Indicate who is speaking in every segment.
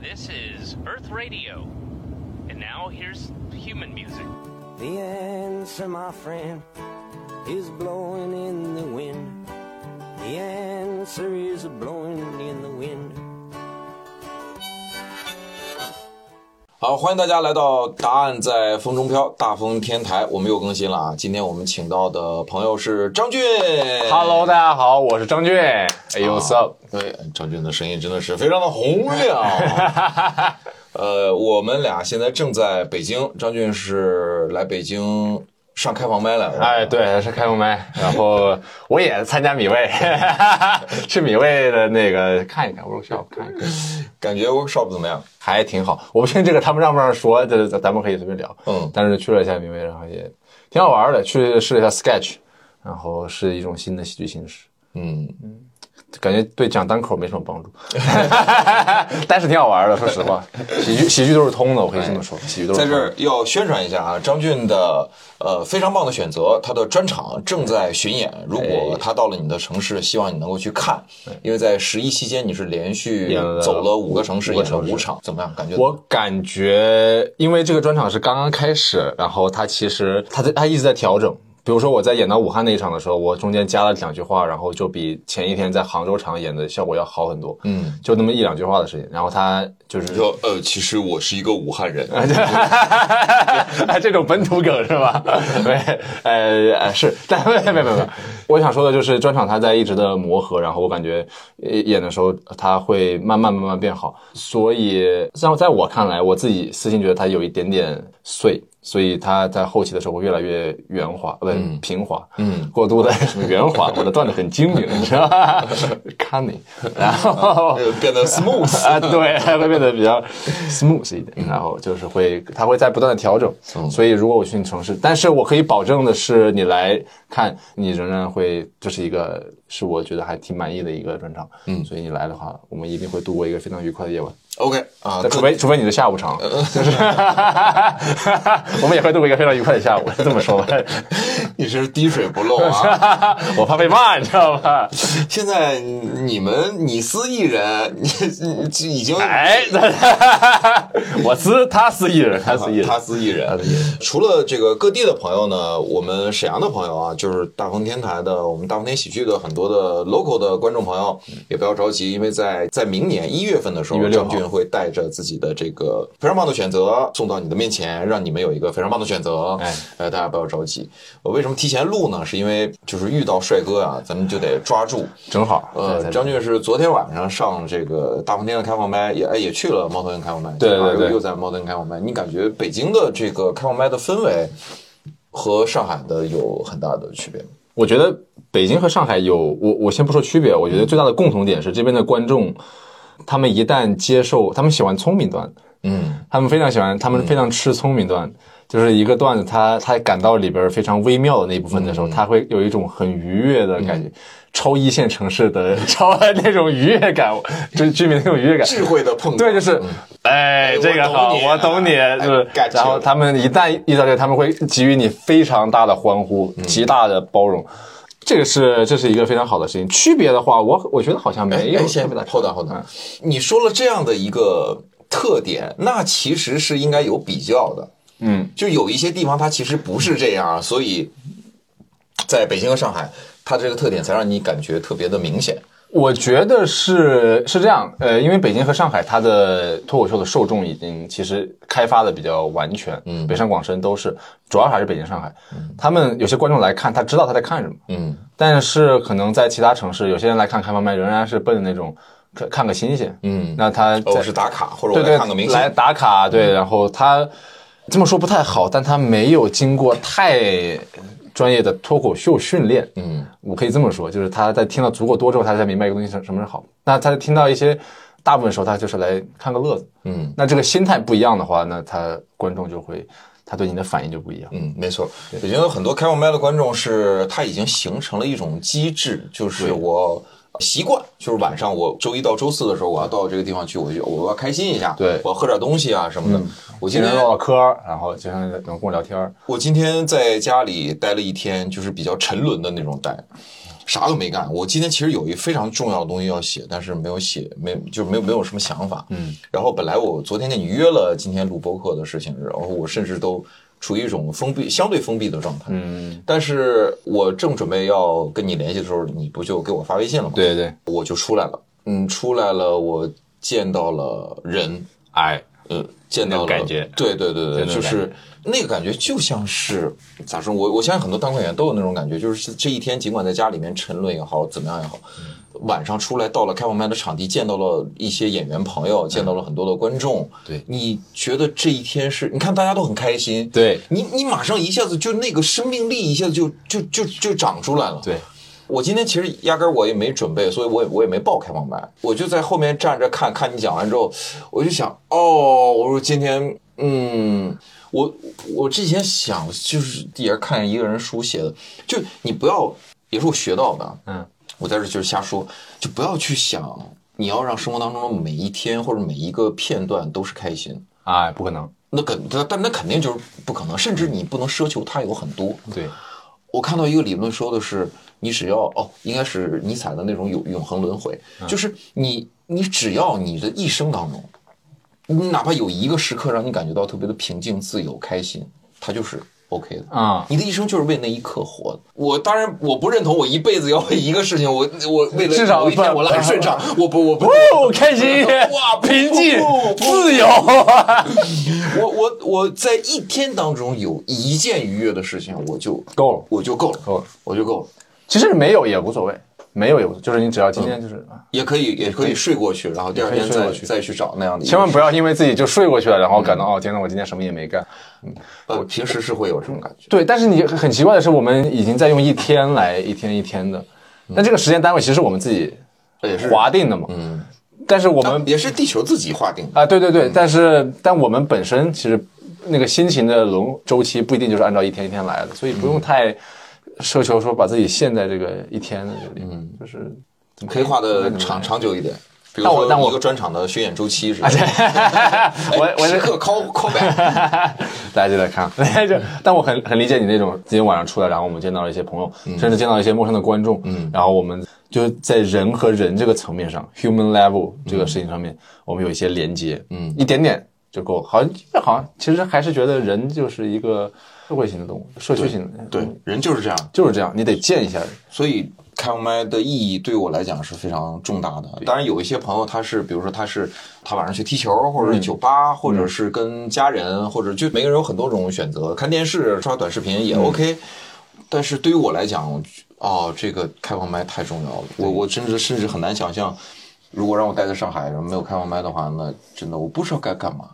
Speaker 1: This is Earth Radio. And now here's human music.
Speaker 2: The answer, my friend, is blowing in the wind. The answer is blowing in the wind.
Speaker 3: 好，欢迎大家来到《答案在风中飘》大风天台，我们又更新了啊！今天我们请到的朋友是张俊。
Speaker 4: Hello，大家好，我是张俊。哎呦，What's up？
Speaker 3: 对，哎张俊的声音真的是非常的洪亮。 呃，我们俩现在正在北京，张俊是来北京上开房麦来了。
Speaker 4: 哎，对，是开放麦，然后我也参加米味， 去米味的那个看一看 workshop，看一看，
Speaker 3: 感觉 workshop 怎么样？
Speaker 4: 还挺好。我不确定这个他们让不让说，这咱咱们可以随便聊。
Speaker 3: 嗯
Speaker 4: 但是去了一下米味，然后也挺好玩的，去试了一下 sketch，然后是一种新的喜剧形式，
Speaker 3: 嗯，
Speaker 4: 感觉对讲单口没什么 帮助，但是挺好玩的。说实话，喜剧喜剧都是通的，我可以这么说，喜剧都是
Speaker 3: 哎在
Speaker 4: 通
Speaker 3: 这
Speaker 4: 的
Speaker 3: 儿要宣传一下啊，张俊的呃非常棒的选择，他的专场正在巡演，
Speaker 4: 哎
Speaker 3: 如果他到了你的城市，希望你能够去看，因为在十一期间你是连续
Speaker 4: 演了
Speaker 3: 走了五个城市，
Speaker 4: 五个
Speaker 3: 演了
Speaker 4: 城市
Speaker 3: 五场，怎么样？感觉
Speaker 4: 我感觉，因为这个专场是刚刚开始，然后他其实他在他一直在调整。比如说我在演到武汉那一场的时候，我中间加了两句话，然后就比前一天在杭州场演的效果要好很多。
Speaker 3: 嗯，
Speaker 4: 就那么一两句话的事情，然后他就是
Speaker 3: 你说呃，其实我是一个武汉人，
Speaker 4: 哎，这种本土梗是吧？ 对，呃，呃是，但没没没没，我想说的就是专场他在一直的磨合，然后我感觉呃演的时候他会慢慢慢慢变好，所以像在我看来，我自己私心觉得他有一点点碎。所以他在后期的时候会越来越圆滑，不、平滑，嗯，过度的 圆滑，我的段子很精明，你知道吧 ？cunning，然后
Speaker 3: 呃 变得 smooth。
Speaker 4: 啊，对，会变得比较 smooth 一点，然后就是会，它会在不断的调整。所以如果我去你城市，但是我可以保证的是，你来看，你仍然会，这是一个是我觉得还挺满意的一个专场。嗯，所以你来的话，我们一定会度过一个非常愉快的夜晚。
Speaker 3: OK 啊，
Speaker 4: 但除非除非你的下午场，就是我们也会度过一个非常愉快的下午。这么说吧，
Speaker 3: 你是滴水不漏啊。
Speaker 4: 我怕被骂，你知道吗？
Speaker 3: 现在你们你司艺人，你你你已经
Speaker 4: 哎， 我撕他撕艺人，他撕艺人，
Speaker 3: 他司艺人
Speaker 4: 他撕艺人。
Speaker 3: 除了这个各地的朋友呢，我们沈阳的朋友啊，就是大风天台的，我们大风天喜剧的很多的 local 的观众朋友，也不要着急，因为在在明年一月份的时
Speaker 4: 1嗯
Speaker 3: 候，
Speaker 4: 月6
Speaker 3: 张
Speaker 4: 号
Speaker 3: 俊会带着自己的这个非常棒的选择送到你的面前，让你们有一个非常棒的选择。
Speaker 4: 哎，
Speaker 3: 呃，大家不要着急。我为什么提前录呢？是因为就是遇到帅哥啊，咱们就得抓住。
Speaker 4: 正好，
Speaker 3: 呃，
Speaker 4: 对
Speaker 3: 张俊是昨天晚上上这个大风天的开放麦，也哎也去了猫头鹰开放麦，
Speaker 4: 对对
Speaker 3: 今晚
Speaker 4: 对
Speaker 3: 又又在猫头鹰开放麦。你感觉北京的这个开放麦的氛围和上海的有很大的区别吗？
Speaker 4: 我觉得北京和上海有我我先不说区别，我觉得最大的共同点是这边的观众，他们一旦接受，他们喜欢聪明段，
Speaker 3: 嗯
Speaker 4: 他们非常喜欢，他们非常吃聪明段，就是一个段子他，他感到里边非常微妙的那一部分的时候，他会有一种很愉悦的感觉。超一线城市的 超那种愉悦感，就是居民那种愉悦感，
Speaker 3: 智慧的碰 撞
Speaker 4: 对，就是，哎，这个好，
Speaker 3: 嗯我
Speaker 4: 我
Speaker 3: 懂
Speaker 4: 懂
Speaker 3: 你哎
Speaker 4: 你，就是
Speaker 3: I got，you
Speaker 4: 然后他们一旦遇到这个，他们会给予你非常大的欢呼，
Speaker 3: 嗯
Speaker 4: 极大的包容，这个是这是一个非常好的事情。区别的话，我我觉得好像没有嗯
Speaker 3: 哎，先
Speaker 4: 特别大。
Speaker 3: hold on hold on，你说了这样的一个特点，那其实是应该有比较的，
Speaker 4: 嗯，
Speaker 3: 就有一些地方它其实不是这样，啊所以在北京和上海，它这个特点才让你感觉特别的明显。
Speaker 4: 我觉得是是这样，呃，因为北京和上海它的脱口秀的受众已经其实开发的比较完全，嗯，北上广深都是，主要还是北京、上海，他们有些观众来看，他知道他在看什么，
Speaker 3: 嗯，
Speaker 4: 但是可能在其他城市，有些人来看开放麦仍然是奔那种看看个新鲜，
Speaker 3: 嗯
Speaker 4: 那他
Speaker 3: 我
Speaker 4: 在
Speaker 3: 是打卡，或者我
Speaker 4: 对
Speaker 3: 来
Speaker 4: 对
Speaker 3: 看个明星，嗯
Speaker 4: 来打卡，对，然后他这么说不太好，但他没有经过太专业的脱口秀训练，
Speaker 3: 嗯，
Speaker 4: 我可以这么说，就是他在听到足够多之后，他才明白一个东西什什么是好。那他听到一些大部分时候，他就是来看个乐子，
Speaker 3: 嗯，
Speaker 4: 那这个心态不一样的话，那他观众就会他对你的反应就不一样。
Speaker 3: 嗯，没错，北京有很多开放麦的观众是，他已经形成了一种机制，就是我呃习惯，就是晚上我周一到周四的时候，我要到这个地方去，我就我要开心一下，
Speaker 4: 对嗯
Speaker 3: 我要喝点东西啊什么的。我今
Speaker 4: 经
Speaker 3: 天
Speaker 4: 常唠唠嗑儿，然后经常能跟我聊天儿，
Speaker 3: 我今天在家里待了一天，就是比较沉沦的那种待，啥都没干。我今天其实有一非常重要的东西要写，但是没有写，没就没有没有什么想法。嗯，然后本来我昨天跟你约了今天录播客的事情，然后我甚至都处于一种封闭、相对封闭的状态。嗯，但是我正准备要跟你联系的时候，你不就给我发微信了吗？，
Speaker 4: 对对，
Speaker 3: 我就出来了。嗯，出来了，我见到了人，
Speaker 4: 哎，
Speaker 3: 呃，见到了
Speaker 4: 那个感觉
Speaker 3: 对对对对，
Speaker 4: 那种
Speaker 3: 就是那个感觉就像是咋说？我我相信很多当官演员都有那种感觉，就是这一天尽管在家里面沉沦也好，怎么样也好，晚上出来到了开放麦的场地，见到了一些演员朋友，见到了很多的观众，
Speaker 4: 嗯对
Speaker 3: 你觉得这一天是？你看大家都很开心，
Speaker 4: 对
Speaker 3: 你你马上一下子就那个生命力一下子就就就就长出来了，
Speaker 4: 对。
Speaker 3: 我今天其实压根儿我也没准备，所以我也我也没报开放麦，我就在后面站着看看你讲完之后，我就想，哦，我说今天，嗯，我我之前想就是也是看一个人书写的，就你不要，也是我学到的，
Speaker 4: 嗯，
Speaker 3: 我在这就是瞎说，就不要去想你要让生活当中的每一天或者每一个片段都是开心，
Speaker 4: 哎，不可能，
Speaker 3: 那肯但但那肯定就是不可能，甚至你不能奢求它有很多，
Speaker 4: 对，
Speaker 3: 我看到一个理论说的是，你只要哦，应该是尼采的那种永永恒轮回，
Speaker 4: 嗯
Speaker 3: 就是你你只要你的一生当中，你哪怕有一个时刻让你感觉到特别的平静、自由、开心，它就是 OK 的。
Speaker 4: 啊、
Speaker 3: 你的一生就是为那一刻活的。我当然我不认同我一辈子要为一个事情，我我为了
Speaker 4: 至少
Speaker 3: 某一天
Speaker 4: 不
Speaker 3: 我来顺畅，我不我不
Speaker 4: 哦，开 心，
Speaker 3: 哇不
Speaker 4: 平静
Speaker 3: 不不，不
Speaker 4: 自由，
Speaker 3: 我我我在一天当中有一件愉悦的事情，我就
Speaker 4: 够了。
Speaker 3: 我就够了，
Speaker 4: 够了
Speaker 3: 我就够了。
Speaker 4: 其实没有也无所谓，没有也无所谓，就是你只要今天就是，啊
Speaker 3: 也可以，也可以睡过去，然后第二
Speaker 4: 可以
Speaker 3: 天
Speaker 4: 睡
Speaker 3: 再
Speaker 4: 过去
Speaker 3: 再去找那样的一个。
Speaker 4: 千万不要因为自己就睡过去了，然后感到、哦，天呐，我今天什么也没干。
Speaker 3: 呃，平时是会有这种感觉。
Speaker 4: 对，但是你很奇怪的是，我们已经在用一天来一天一天的，但这个时间单位其实我们自己
Speaker 3: 也是
Speaker 4: 划定的嘛。嗯，但是我
Speaker 3: 我
Speaker 4: 们
Speaker 3: 们也是地球自己划定的。
Speaker 4: 啊、对对对，但是但我们本身其实那个心情的轮周期不一定就是按照一天一天来的，所以不用太奢求说把自己陷在这个一天的这里，嗯、就是
Speaker 3: 可以画的长长久一点，比如
Speaker 4: 但我但
Speaker 3: 说
Speaker 4: 我
Speaker 3: 一个专场的巡演周期是吧？哎
Speaker 4: 我我
Speaker 3: 时
Speaker 4: 是
Speaker 3: 刻 call call back，
Speaker 4: 大家就在 看，就但我很很理解你那种今天晚上出来，然后我们见到了一些朋友，甚至见到一些陌生的观众，嗯，然后我们就是在人和人这个层面上，human level 这个事情上面，我们有一些连接，嗯，一点点就够，好像好像其实还是觉得人就是一个社会型的动物，社区型的动物
Speaker 3: 对，人就是这样。
Speaker 4: 就是这样，你得见一下人，
Speaker 3: 所以开放麦的意义对我来讲是非常重大的。当然，有一些朋友他是，比如说他是他晚上去踢球，或者是酒吧，
Speaker 4: 嗯
Speaker 3: 或者是跟家人，或者就每个人有很多种选择，看电视、刷短视频
Speaker 4: 嗯
Speaker 3: 也 OK。但是对于我来讲，我哦，这个开放麦太重要了。我我真的甚至很难想象，如果让我待在上海，然后没有开放麦的话，那真的我不知道该干嘛，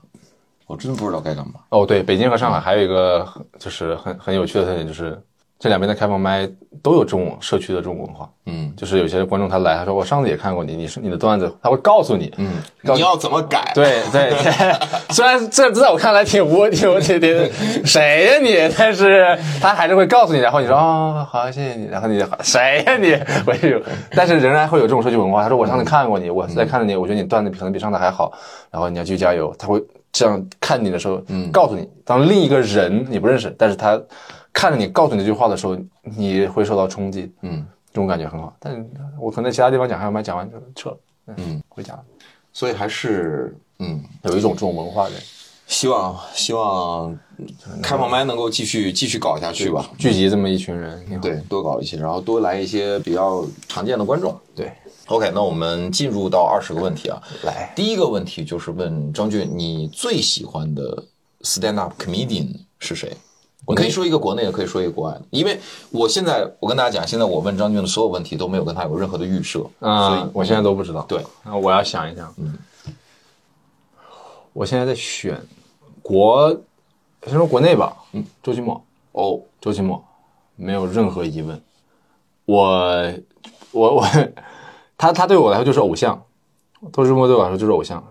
Speaker 3: 我真的不知道该干嘛。
Speaker 4: 哦，对，北京和上海还有一个很就是很很有趣的特点，就是这两边的开放麦都有这种社区的这种文化。
Speaker 3: 嗯，
Speaker 4: 就是有些观众他来，他说我上次也看过你，你是你的段子，他会告诉你。嗯，告
Speaker 3: 你要怎么改？
Speaker 4: 对对 对，虽然这在我看来挺无挺挺挺谁呀、你，但是他还是会告诉你，然后你说哦好谢谢你，然后你谁呀、你， 我也有，但是仍然会有这种社区文化。他说我上次看过你，我在看着你，我觉得你段子可能比上次还好，然后你要继续加油。他会这样看你的时候，告诉你，当另一个人你不认识，但是他看着你告诉你这句话的时候，你会受到冲击，嗯，这种感觉很好。但我可能其他地方讲还有麦讲完就撤了，嗯，回家了，
Speaker 3: 所以还是嗯，
Speaker 4: 有一种这种文化的。
Speaker 3: 希望希望开放麦能够继续继续搞下去吧。
Speaker 4: 聚集这么一群人，挺好
Speaker 3: 嗯对，多搞一些，然后多来一些比较常见的观众。
Speaker 4: 对，
Speaker 3: OK，那我们进入到二十个问题啊。
Speaker 4: 来，
Speaker 3: 第一个问题就是问张俊，你最喜欢的 stand up comedian 是谁？你可以说一个国内的，可以说一个国外的，因为我现在我跟大家讲，现在我问张俊的所有问题都没有跟他有任何的预设，所
Speaker 4: 啊
Speaker 3: 以，
Speaker 4: 我现在都不知道。
Speaker 3: 对，
Speaker 4: 那我要想一想。嗯，我现在在选国，先说国内吧。嗯，周奇墨，
Speaker 3: 哦，
Speaker 4: 周奇墨，没有任何疑问。我，我，我，他他对我来说就是偶像，周奇墨对我来说就是偶像，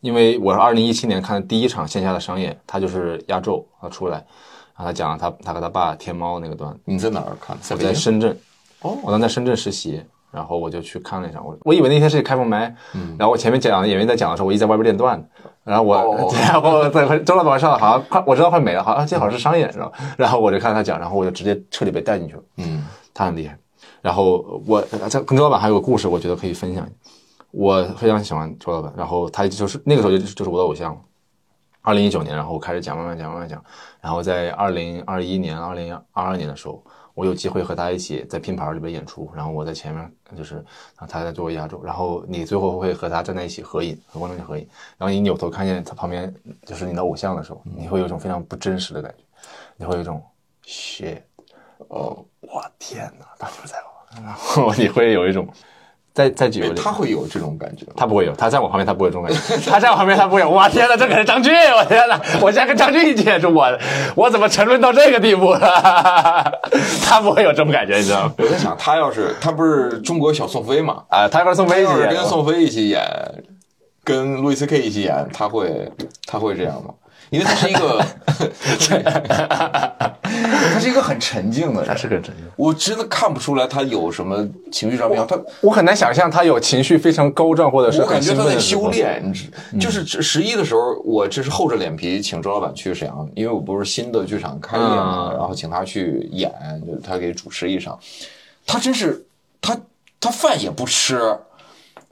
Speaker 4: 因为我是二零一七年看的第一场线下的商业，他就是压轴，他出来，然后他讲了他他和他爸天猫那个段子。
Speaker 3: 你在哪儿看？在
Speaker 4: 我
Speaker 3: 北
Speaker 4: 在
Speaker 3: 京
Speaker 4: 深圳，
Speaker 3: 哦
Speaker 4: 我当时在深圳实习，然后我就去看了一场，我我以为那天是开放麦，
Speaker 3: 嗯
Speaker 4: 然后我前面讲演员在讲的时候，我一直在外边练段子，然后我、
Speaker 3: 哦
Speaker 4: 然后在周老板上了，好像快我知道快没了，好像这好像是商演是吧？然后我就看他讲，然后我就直接彻底被带进去了，嗯，他很厉害。然后我这跟周老板还有个故事，我觉得可以分享。我非常喜欢周老板，然后他就是那个时候就就是我的偶像了。二零一九年，然后我开始讲，慢慢讲，慢慢讲，然后在二零二一年、二零二二年的时候，我有机会和他一起在拼盘里边演出，然后我在前面，就是然后他在作为压轴，然后你最后会和他站在一起合影，和观众一起合影，然后你扭头看见他旁边就是你的偶像的时候，你会有一种非常不真实的感觉，你会有一种 shit，哦，我天哪，他不在我， 然后你会有一种。再再举个
Speaker 3: 对
Speaker 4: 例子，
Speaker 3: 他会有这种感觉吗。
Speaker 4: 他不会有，他在我旁边他不会有这种感觉， 他在我旁边他不会有。哇天哪，这可是张俊！我天哪，我现在跟张俊一起演出，我 我怎么沉沦到这个地步了？ 他不会有这种感觉，你知道吗？
Speaker 3: 我在想，他要是他不是中国小宋飞嘛，
Speaker 4: 啊、他跟宋
Speaker 3: 他
Speaker 4: 飞一
Speaker 3: 要
Speaker 4: 起
Speaker 3: 是
Speaker 4: 演
Speaker 3: 跟，宋飞一起演，跟路易斯 K 一起演，他会他会这样吗？因为他是一 个，他是一个很沉静的
Speaker 4: 他
Speaker 3: 人，
Speaker 4: 是个人真人。
Speaker 3: 我真的看不出来他有什么情绪上面，他
Speaker 4: 我很难想象他有情绪非常高涨或者是
Speaker 3: 我感觉
Speaker 4: 兴
Speaker 3: 他
Speaker 4: 奋
Speaker 3: 在
Speaker 4: 的时候嗯
Speaker 3: 修。炼，你知就是这十一的时候，我这是厚着脸皮请周老板去沈阳，因为我不是新的剧场开业嘛，
Speaker 4: 嗯
Speaker 3: 然后请他去演，就是他给主持一场，他真是他他饭也不吃。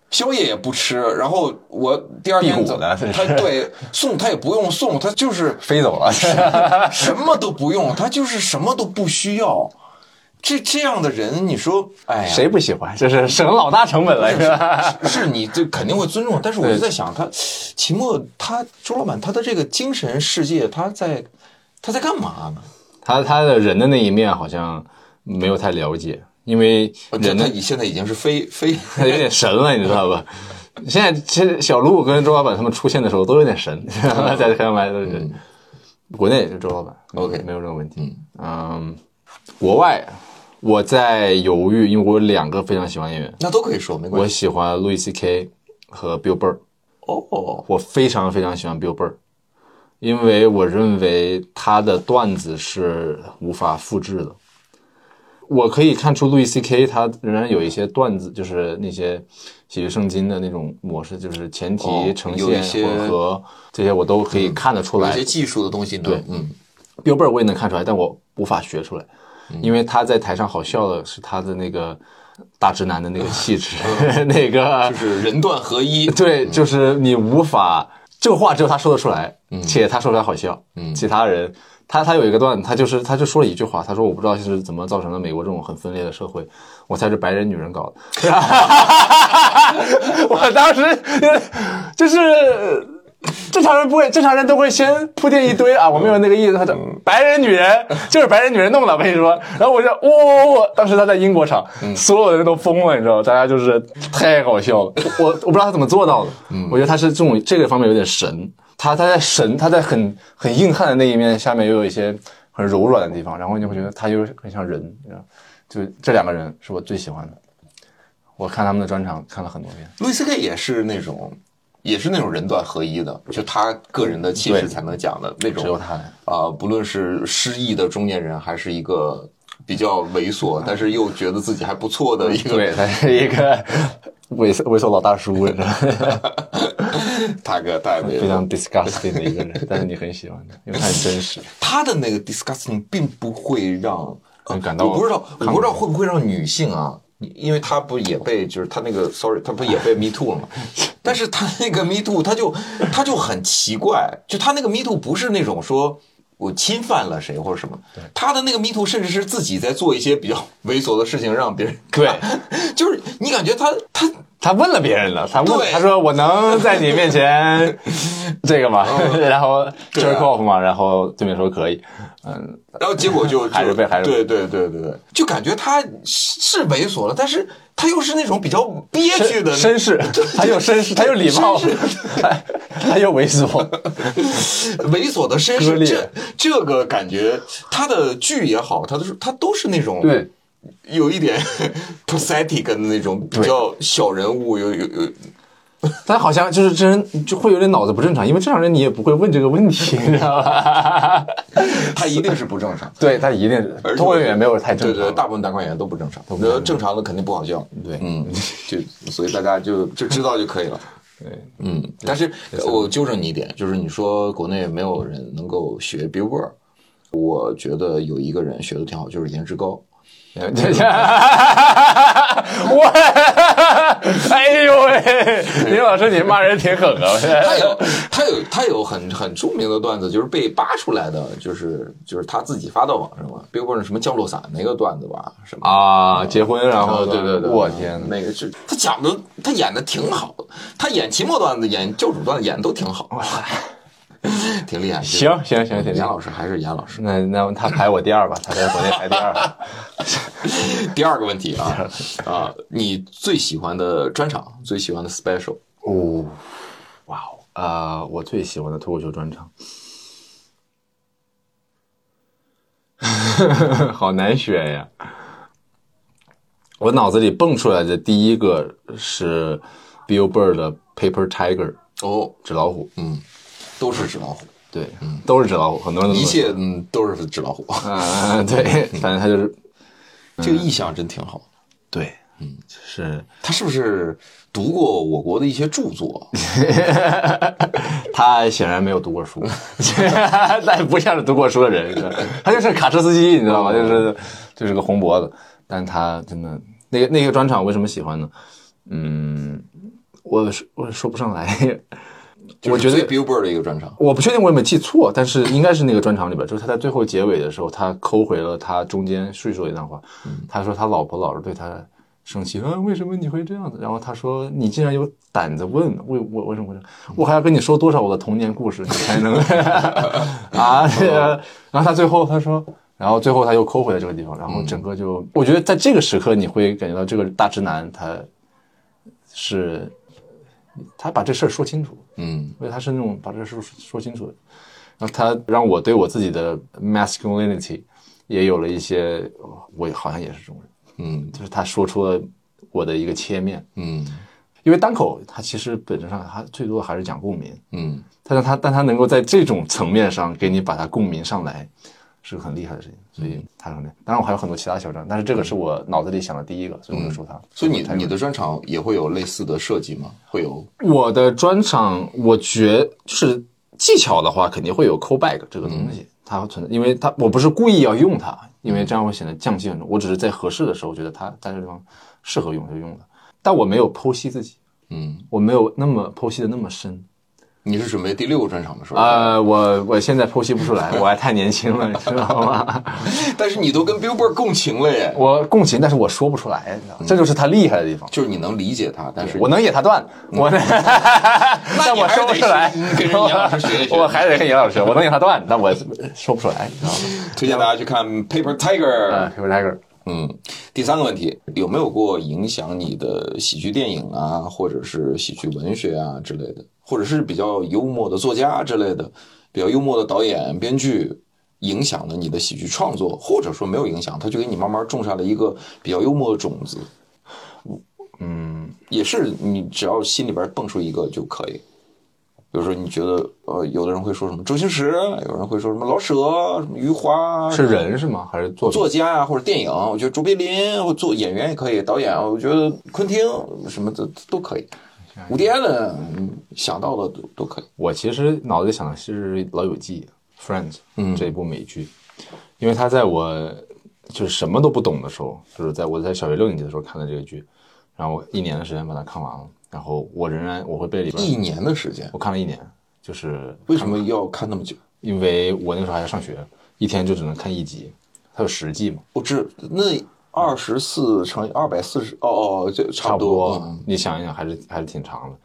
Speaker 3: 宵夜也不吃，然后我第二天
Speaker 4: 辟谷
Speaker 3: 走，
Speaker 4: 呢这是
Speaker 3: 他对送他也不用送，他就是
Speaker 4: 飞走了，
Speaker 3: 什么都不用，他就是什么都不需要。这这样的人，你说，哎呀，
Speaker 4: 谁不喜欢？这是省老大成本了，是 吧？
Speaker 3: 是你这肯定会尊重，但是我就
Speaker 4: 对
Speaker 3: 在想，他秦墨他周老板他的这个精神世界，他在他在干嘛呢？
Speaker 4: 他他的人的那一面好像没有太了解，因为
Speaker 3: 呃他
Speaker 4: 人的
Speaker 3: 他已现在已经是非非
Speaker 4: 他 有点神了，你知道吧？现在其实小鹿跟周老板他们出现的时候都有点神， 在开麦都是神。国内也是周老板
Speaker 3: OK
Speaker 4: 没有这个问题。嗯，国外我在犹豫，因为我有两个非常喜欢演员，
Speaker 3: 那都可以说没
Speaker 4: 我
Speaker 3: 关系
Speaker 4: 喜欢路易 C K 和 Bill Burr，
Speaker 3: 哦，
Speaker 4: 我非常非常喜欢 Bill Burr，因为我认为他的段子是无法复制的。我可以看出路易 C K 他仍然有一些段子，就是那些喜剧圣经的那种模式，就是前
Speaker 3: 哦
Speaker 4: 提、呈
Speaker 3: 有一
Speaker 4: 现、
Speaker 3: 些
Speaker 4: 混合这些我都可以看得出
Speaker 3: 有
Speaker 4: 来。
Speaker 3: 一些技术的东西呢，
Speaker 4: 对
Speaker 3: 嗯，
Speaker 4: Bill Burr 我也能看出来，但我无法学出来，
Speaker 3: 嗯
Speaker 4: 因为他在台上好笑的是他的那个大直男的那个气质， 那个
Speaker 3: 哦就是人段合一，
Speaker 4: 对，就是你无法这个话只有他说得出来，且他说出来好笑，
Speaker 3: 嗯
Speaker 4: 其他人。他他有一个段子，他就是他就说了一句话，他说我不知道是怎么造成了美国这种很分裂的社会，我猜是白人女人搞的。 我当时 就是正常人不会，正常人都会先铺垫一堆啊，我没有那个意思。他说白人女人就是白人女人弄的，我跟你说。然后我就哇哇哇！当时他在英国场，所有的人都疯了，你知道吗？大家就是太搞笑了。嗯我我不知道他怎么做到的，我觉得他是这种这个方面有点神。他他在神，他在很很硬汉的那一面下面又有一些很柔软的地方，然后你会觉得他又很像人，你知道吗？就这两个人是我最喜欢的。我看他们的专场看了很多遍。
Speaker 3: 路易斯 K 也是那种也是那种人段合一的，就他个人的气
Speaker 4: 对
Speaker 3: 质才能讲的那种，
Speaker 4: 只有他
Speaker 3: 啊，不论是失意的中年人，还是一个比较猥琐，但是又觉得自己还不错的一个
Speaker 4: 对，他是一个 猥琐猥琐老大叔，你知道吗
Speaker 3: 大哥大哥，
Speaker 4: 非常 disgusting 的一个人，但是你很喜欢他，因为他很真实。
Speaker 3: 他的那个 disgusting 并不会让呃
Speaker 4: 嗯感到
Speaker 3: 我不知道，我不知道会不会让女性啊，因为他不也被就是他那个 sorry，他不也 被 me too 了吗？但是他那个 me too，他就他就很奇怪，就他那个 me too 不是那种说。我侵犯了谁或者什么？他的那个 me too 甚至是自己在做一些比较猥琐的事情，让别人
Speaker 4: 对
Speaker 3: 看，就是你感觉他他
Speaker 4: 他问了别人了，他问
Speaker 3: 对
Speaker 4: 他说：“我能在你面前这个吗？” 然后 jerk off 嘛，然后对面说可以，嗯，
Speaker 3: 然后结果 就就
Speaker 4: 还是被还是
Speaker 3: 对
Speaker 4: 被
Speaker 3: 对对对对，就感觉他是猥琐了，但是他又是那种比较憋屈的那
Speaker 4: 绅士，他又绅士，他又礼貌，他他又猥琐，
Speaker 3: 猥琐的绅
Speaker 4: 割
Speaker 3: 士，
Speaker 4: 裂
Speaker 3: 这这个感觉，他的剧也好，他都是他都是那种
Speaker 4: 对，
Speaker 3: 有一点 pathetic 的那种比较小人物，有有有
Speaker 4: 但好像就是真就会有点脑子不正常，因为正常人你也不会问这个问题，你知道吧？
Speaker 3: 他一定是不正常。
Speaker 4: 对他一定是
Speaker 3: 而且
Speaker 4: 脱口秀演员没有太正
Speaker 3: 对
Speaker 4: 常
Speaker 3: 对，
Speaker 4: 的，
Speaker 3: 大部分单口演员都不正常，那正常的肯定不好笑。
Speaker 4: 对
Speaker 3: 嗯，就所以大家就 就知道就可以了。
Speaker 4: 对
Speaker 3: 嗯，但是我纠正你一点，就是你说国内没有人能够学 Bill Burr，我觉得有一个人学的挺好，就是颜值高。
Speaker 4: 我，哎呦喂，林老师，你骂人挺狠啊！
Speaker 3: 他有他有他有很很著名的段子，就是被扒出来的，就是就是他自己发到网上了，Billboard 什么降落伞那个段子吧，什 么。
Speaker 4: 啊，结婚然后
Speaker 3: 对对对，
Speaker 4: 我天哪！
Speaker 3: 那个是他讲的，他演的挺好，他演奇末段子、演救主段子演的都挺好，挺厉害。
Speaker 4: 行行行行
Speaker 3: 严
Speaker 4: 行，
Speaker 3: 老师还是严老师。
Speaker 4: 那那他排我第二吧，他在国内排第二。
Speaker 3: 第二个问题啊啊，你最喜欢的专场、最喜欢的 special，
Speaker 4: 哦，哇哦，啊、我最喜欢的脱口秀专场， 好难选呀。我脑子里蹦出来的第一个是 Billboard 的 Paper Tiger
Speaker 3: 哦，
Speaker 4: 纸老虎，
Speaker 3: 都是纸老虎，
Speaker 4: 对，都是纸老虎，很多人都这
Speaker 3: 一
Speaker 4: 么
Speaker 3: 切
Speaker 4: 说，
Speaker 3: 嗯都是纸老虎，
Speaker 4: 嗯、对，反正他就是
Speaker 3: 这个意象真挺好。
Speaker 4: 对，嗯，就是
Speaker 3: 他是不是读过我国的一些 著作？
Speaker 4: 他显然没有读过书， 但不像是读过书的人，是吧他就是卡车司机，你知道吗？就是就是个红脖子，但他真的那个那个专场为什么喜欢呢？嗯，我说我说不上来，我觉
Speaker 3: 就是
Speaker 4: 得
Speaker 3: 最 Billboard 的一个专场，
Speaker 4: 我不确定我有没有记错，但是应该是那个专场里边，就是他在最后结尾的时候，他抠回了他中间叙述的一段话，他说他老婆老是对他生气，啊，为什么你会这样子？然后他说你竟然有胆子问，为我为什么会这样？我还要跟你说多少我的童年故事，你才能啊？这个然后他最后他说。然后最后他又抠回了这个地方，然后整个就，我觉得在这个时刻你会感觉到这个大直男他是，他把这事儿说清楚，
Speaker 3: 嗯，
Speaker 4: 因为他是那种把这个事说清楚的。然后他让我对我自己的 masculinity 也有了一些，我好像也是这种人，
Speaker 3: 嗯
Speaker 4: 就是他说出了我的一个切面。
Speaker 3: 嗯
Speaker 4: 因为单口它其实本质上它最多还是讲共鸣，
Speaker 3: 嗯，
Speaker 4: 但是它但它能够在这种层面上给你把它共鸣上来，是个很厉害的事情。所以他说呢，当然我还有很多其他小张，但是这个是我脑子里想的第一个，所以我就说他。
Speaker 3: 嗯所 以你你的专场也会有类似的设计吗？会有
Speaker 4: 我的专场，我觉就是技巧的话，肯定会有 callback 这个东西，它会存在，因为它我不是故意要用它，因为这样会显得匠气很重。我只是在合适的时候觉得它在这地方适合用就用了，但我没有剖析自己，
Speaker 3: 嗯，
Speaker 4: 我没有那么剖析的那么深。
Speaker 3: 你是准备第六个专场的时候，
Speaker 4: 呃，我我现在剖析不出来，我还太年轻了，你知道吗？
Speaker 3: 但是你都跟 Billboard 共情了耶，
Speaker 4: 我共情，但是我说不出来，你知道吗？这就是他厉害的地方。
Speaker 3: 就是你能理解他，但是嗯
Speaker 4: 我能演他段，我 呢，但我说不出来
Speaker 3: 那你还是得。跟人严老师学一 学
Speaker 4: 我还得跟严老师，我能演他段，但我说不出来，你知道吗？
Speaker 3: 推荐大家去看 Paper Tiger。
Speaker 4: 嗯 p a p e Tiger，
Speaker 3: 嗯，第三个问题，有没有过影响你的喜剧电影啊，或者是喜剧文学啊之类的，或者是比较幽默的作家之类的，比较幽默的导演、编剧，影响了你的喜剧创作，或者说没有影响，他就给你慢慢种下了一个比较幽默的种子。嗯，也是你只要心里边蹦出一个就可以。比如说，你觉得呃，有的人会说什么周星驰，有人会说什么老舍、什么余华，
Speaker 4: 是人是吗？还是作品？
Speaker 3: 作家啊，或者电影，我觉得卓别林，或做演员也可以，导演，我觉得昆汀什么的都可以，吴迪安的嗯想到的都都可以。
Speaker 4: 我其实脑子里想的是《老友记》（Friends）
Speaker 3: 嗯
Speaker 4: 这一部美剧，因为他在我就是什么都不懂的时候，就是在我在小学六年级的时候看的这个剧，然后我一年的时间把它看完了，然后我仍然我会被里边，
Speaker 3: 一年的时间，
Speaker 4: 我看了一年，就是
Speaker 3: 为什么要看那么久？
Speaker 4: 因为我那时候还在上学，一天就只能看一集，它有十季嘛，
Speaker 3: 我知那二十四乘以二百四十，哦哦，就差
Speaker 4: 差
Speaker 3: 不
Speaker 4: 不多。
Speaker 3: 嗯
Speaker 4: 你想一想，还是还是挺长的。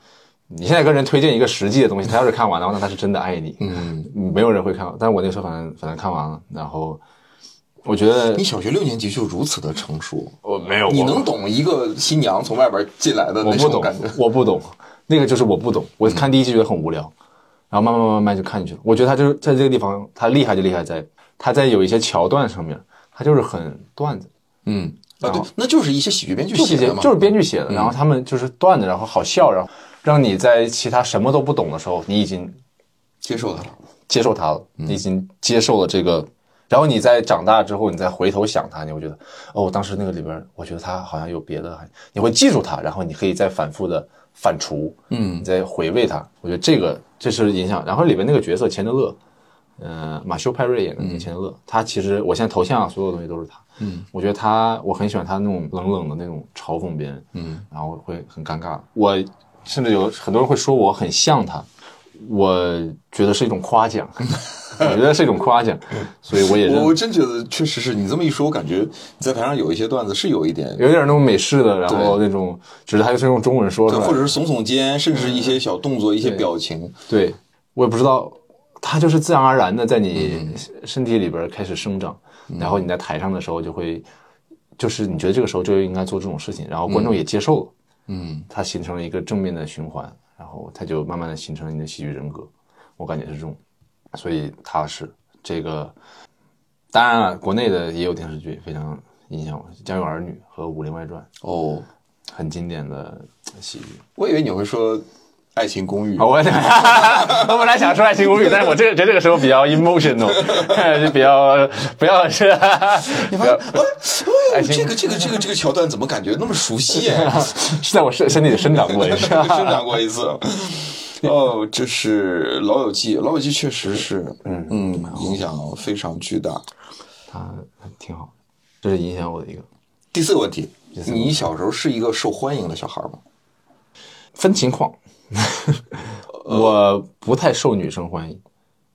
Speaker 4: 你现在跟人推荐一个十季的东西，他要是看完的话，那他是真的爱你。嗯，没有人会看完，但是我那时候反正反正看完了，然后我觉得
Speaker 3: 嗯你小学六年级就如此的成熟，
Speaker 4: 哦我没有
Speaker 3: 你能懂一个新娘从外边进来的
Speaker 4: 我
Speaker 3: 那
Speaker 4: 不
Speaker 3: 种
Speaker 4: 懂
Speaker 3: 感觉？，
Speaker 4: 我不懂，那个就是我不懂。我看第一季觉得很无聊，然后慢慢慢慢慢慢就看进去了。我觉得他就是在这个地方，他厉害就厉害在他在有一些桥段上面，他就是很段子。
Speaker 3: 嗯啊，
Speaker 4: 然
Speaker 3: 对
Speaker 4: 后，
Speaker 3: 那就是一些喜剧编剧
Speaker 4: 哦就是
Speaker 3: 写
Speaker 4: 写
Speaker 3: 的嘛，
Speaker 4: 就是编剧写的，然后他们就是段子，然后好笑，然后让你在其他什么都不懂的时候，你已经
Speaker 3: 接受他了。
Speaker 4: 接受它了，你已经接受了这个。然后你在长大之后，你再回头想它，你会觉得，哦，当时那个里边儿，我觉得它好像有别的含义，你会记住它，然后你可以再反复的反刍，嗯，你再回味它。我觉得这个这是影响。然后里边那个角色钱德勒，呃，马修·派瑞演的
Speaker 3: 嗯
Speaker 4: 那个钱德勒，他其实我现在头像所有东西都是他。嗯，我觉得他，我很喜欢他那种冷冷的那种嘲讽别人，嗯，然后会很尴尬。我甚至有很多人会说我很像他，我觉得是一种夸 奖，我觉得是一种夸奖，所以我也认
Speaker 3: 我真觉得确实是你这么一说，我感觉你在台上有一些段子是有一点，
Speaker 4: 有点那种美式的，然后那种只是他就是用中文说出来，
Speaker 3: 或者是耸耸肩，甚至一些小动作、一些表情。
Speaker 4: 对我也不知道，它就是自然而然的在你身体里边开始生长，然后你在台上的时候就会，就是你觉得这个时候就应该做这种事情，然后观众也接受了，
Speaker 3: 嗯，
Speaker 4: 它形成了一个正面的循环，然后它就慢慢的形成了你的喜剧人格，我感觉是这种，所以它是这个，当然了，国内的也有电视剧非常影响我，《家有儿女》和《武林外传
Speaker 3: 哦，》
Speaker 4: 很经典的喜剧。
Speaker 3: 我以为你会说《爱情公寓
Speaker 4: 啊》。我我本来想说爱情公寓，但是我这个觉得这个时候比较 emotional，就比 较不要是，你
Speaker 3: 哎哎
Speaker 4: 爱
Speaker 3: 呦，
Speaker 4: 情
Speaker 3: 这个这个这个这个桥段怎么感觉那么熟悉啊呀、
Speaker 4: 是在我身身体里生长过一次。
Speaker 3: 生长过一次。哦，这是《老友记》，《老友记》确实是，嗯嗯，影响非常巨大。
Speaker 4: 啊，挺好，这是影响我的一个
Speaker 3: 第四个问题，你小时候是一个受欢迎的小孩吗？
Speaker 4: 分情况。我不太受女生欢迎，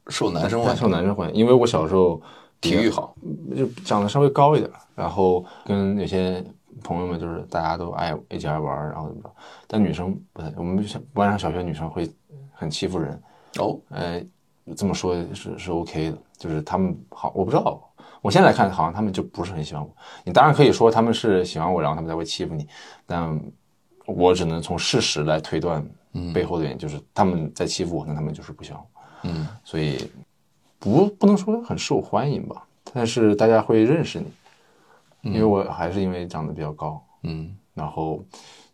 Speaker 3: 受男生
Speaker 4: 不太
Speaker 3: 欢
Speaker 4: 受
Speaker 3: 迎，
Speaker 4: 男生欢迎，因为我小时候
Speaker 3: 体育好，
Speaker 4: 就长得稍微高一点儿，然后跟有些朋友们就是大家都爱一起爱玩儿，然后怎么着，但女生不太，我们小班上小学女生会很欺负人，
Speaker 3: 哦，
Speaker 4: 呃，这么说是是 OK 的，就是他们好，我不知道，我现在来看好像他们就不是很喜欢我。你当然可以说他们是喜欢我，然后他们才会欺负你，但我只能从事实来推断背后的原因，就是他们在欺负我，那他们就是不喜欢我。嗯，所以不不能说很受欢迎吧，但是大家会认识你，因为我还是因为长得比较高，
Speaker 3: 嗯。
Speaker 4: 然后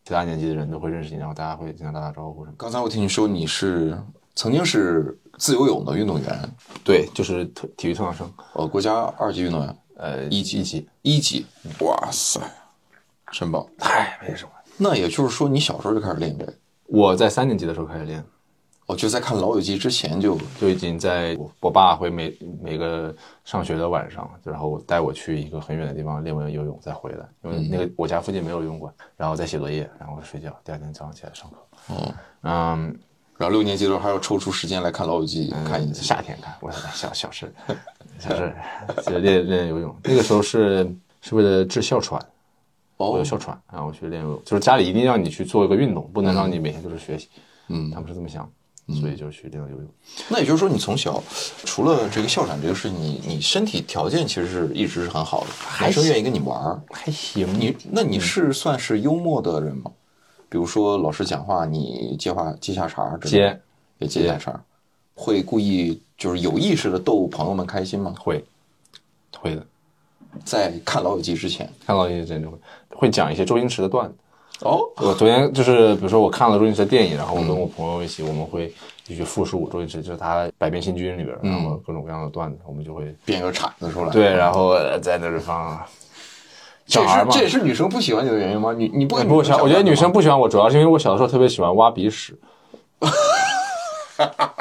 Speaker 4: 其他年级的人都会认识你，然后大家会经常打打招呼什么的。
Speaker 3: 刚才我听你说你是曾经是自由泳的运动员，
Speaker 4: 对，就是特体育特长生。
Speaker 3: 呃，国家二级运动员，
Speaker 4: 呃，
Speaker 3: 一级，一级，一级，哇塞，真棒！
Speaker 4: 哎，没什么。
Speaker 3: 那也就是说，你小时候就开始练这个，
Speaker 4: 我在三年级的时候开始练，
Speaker 3: 我就在看《老友记》之前就
Speaker 4: 就已经在我我爸会每每个上学的晚上，然后带我去一个很远的地方练完游泳再回来，因为那
Speaker 3: 嗯
Speaker 4: 个我家附近没有游泳馆，然后再写作业，然后睡觉，第二天早上起来上课。
Speaker 3: 哦，
Speaker 4: 嗯，
Speaker 3: 然后六年级的时候还要抽出时间来看《老友记》看一次。
Speaker 4: 夏天看，我小小事，小事，就练练游泳。那个时候是是为了治哮喘，我
Speaker 3: 哦
Speaker 4: 有哮喘，然后我去练游泳，就是家里一定让你去做一个运动，不能让你每天就是学习。
Speaker 3: 嗯
Speaker 4: 他们是这么想，所以就去练了游泳。
Speaker 3: 那也就是说，你从小除了这个哮喘这个事，你你身体条件其实是一直是很好的，男生愿意跟你玩儿。
Speaker 4: 还行，
Speaker 3: 你那你是算是幽默的人吗？比如说老师讲话，你接话接下茬儿之类的，
Speaker 4: 接
Speaker 3: 也接下茬儿，会故意就是有意识的逗朋友们开心吗？
Speaker 4: 会会的，
Speaker 3: 在看《老友记》之前，
Speaker 4: 看到一些真的会会讲一些周星驰的段子。
Speaker 3: 哦，
Speaker 4: 我昨天就是，比如说我看了周星驰的电影，然后我跟
Speaker 3: 嗯
Speaker 4: 我朋友一起，我们会一起去复述周星驰，就是他《百变星君》里边，然
Speaker 3: 嗯
Speaker 4: 后各种各样的段子，我们就会
Speaker 3: 变个铲子出来，
Speaker 4: 对，，然后呃在那里放。
Speaker 3: 这
Speaker 4: 小
Speaker 3: 也
Speaker 4: 孩
Speaker 3: 是
Speaker 4: 嘛
Speaker 3: 这，也是女生不喜欢你的原因吗？你你不跟
Speaker 4: 哎不我
Speaker 3: 女生
Speaker 4: 小，我觉得
Speaker 3: 讲话
Speaker 4: 女生不喜欢我，主要是因为我小的时候特别喜欢挖鼻 屎。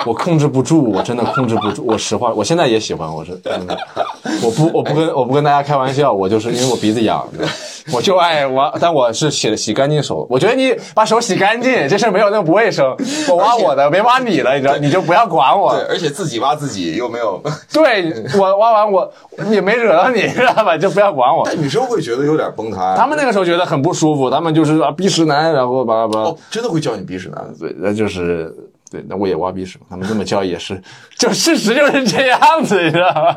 Speaker 4: 我控制不住，我真的控制不住。我实话，我现在也喜欢，我是真的，我不，我不跟我不跟大家开玩笑，我就是因为我鼻子痒，我就爱挖，但我是洗洗干净手。我觉得你把手洗干净，这事儿没有那么不卫生。我挖我的，没挖你了，你知道，你就不要管我。
Speaker 3: 对，而且自己挖自己又没 有，
Speaker 4: 对我挖完我也没惹到你，知道吧？就不要管我。
Speaker 3: 但哎女生会觉得有点崩塌。
Speaker 4: 他们那个时候觉得很不舒服，他们就是啊鼻屎男，然后巴拉巴拉。
Speaker 3: 哦，真的会叫你鼻屎男。
Speaker 4: 对，那就是对，那我也挖鼻屎嘛，他们这么教也是， 就事实就是这样子，你知道吗？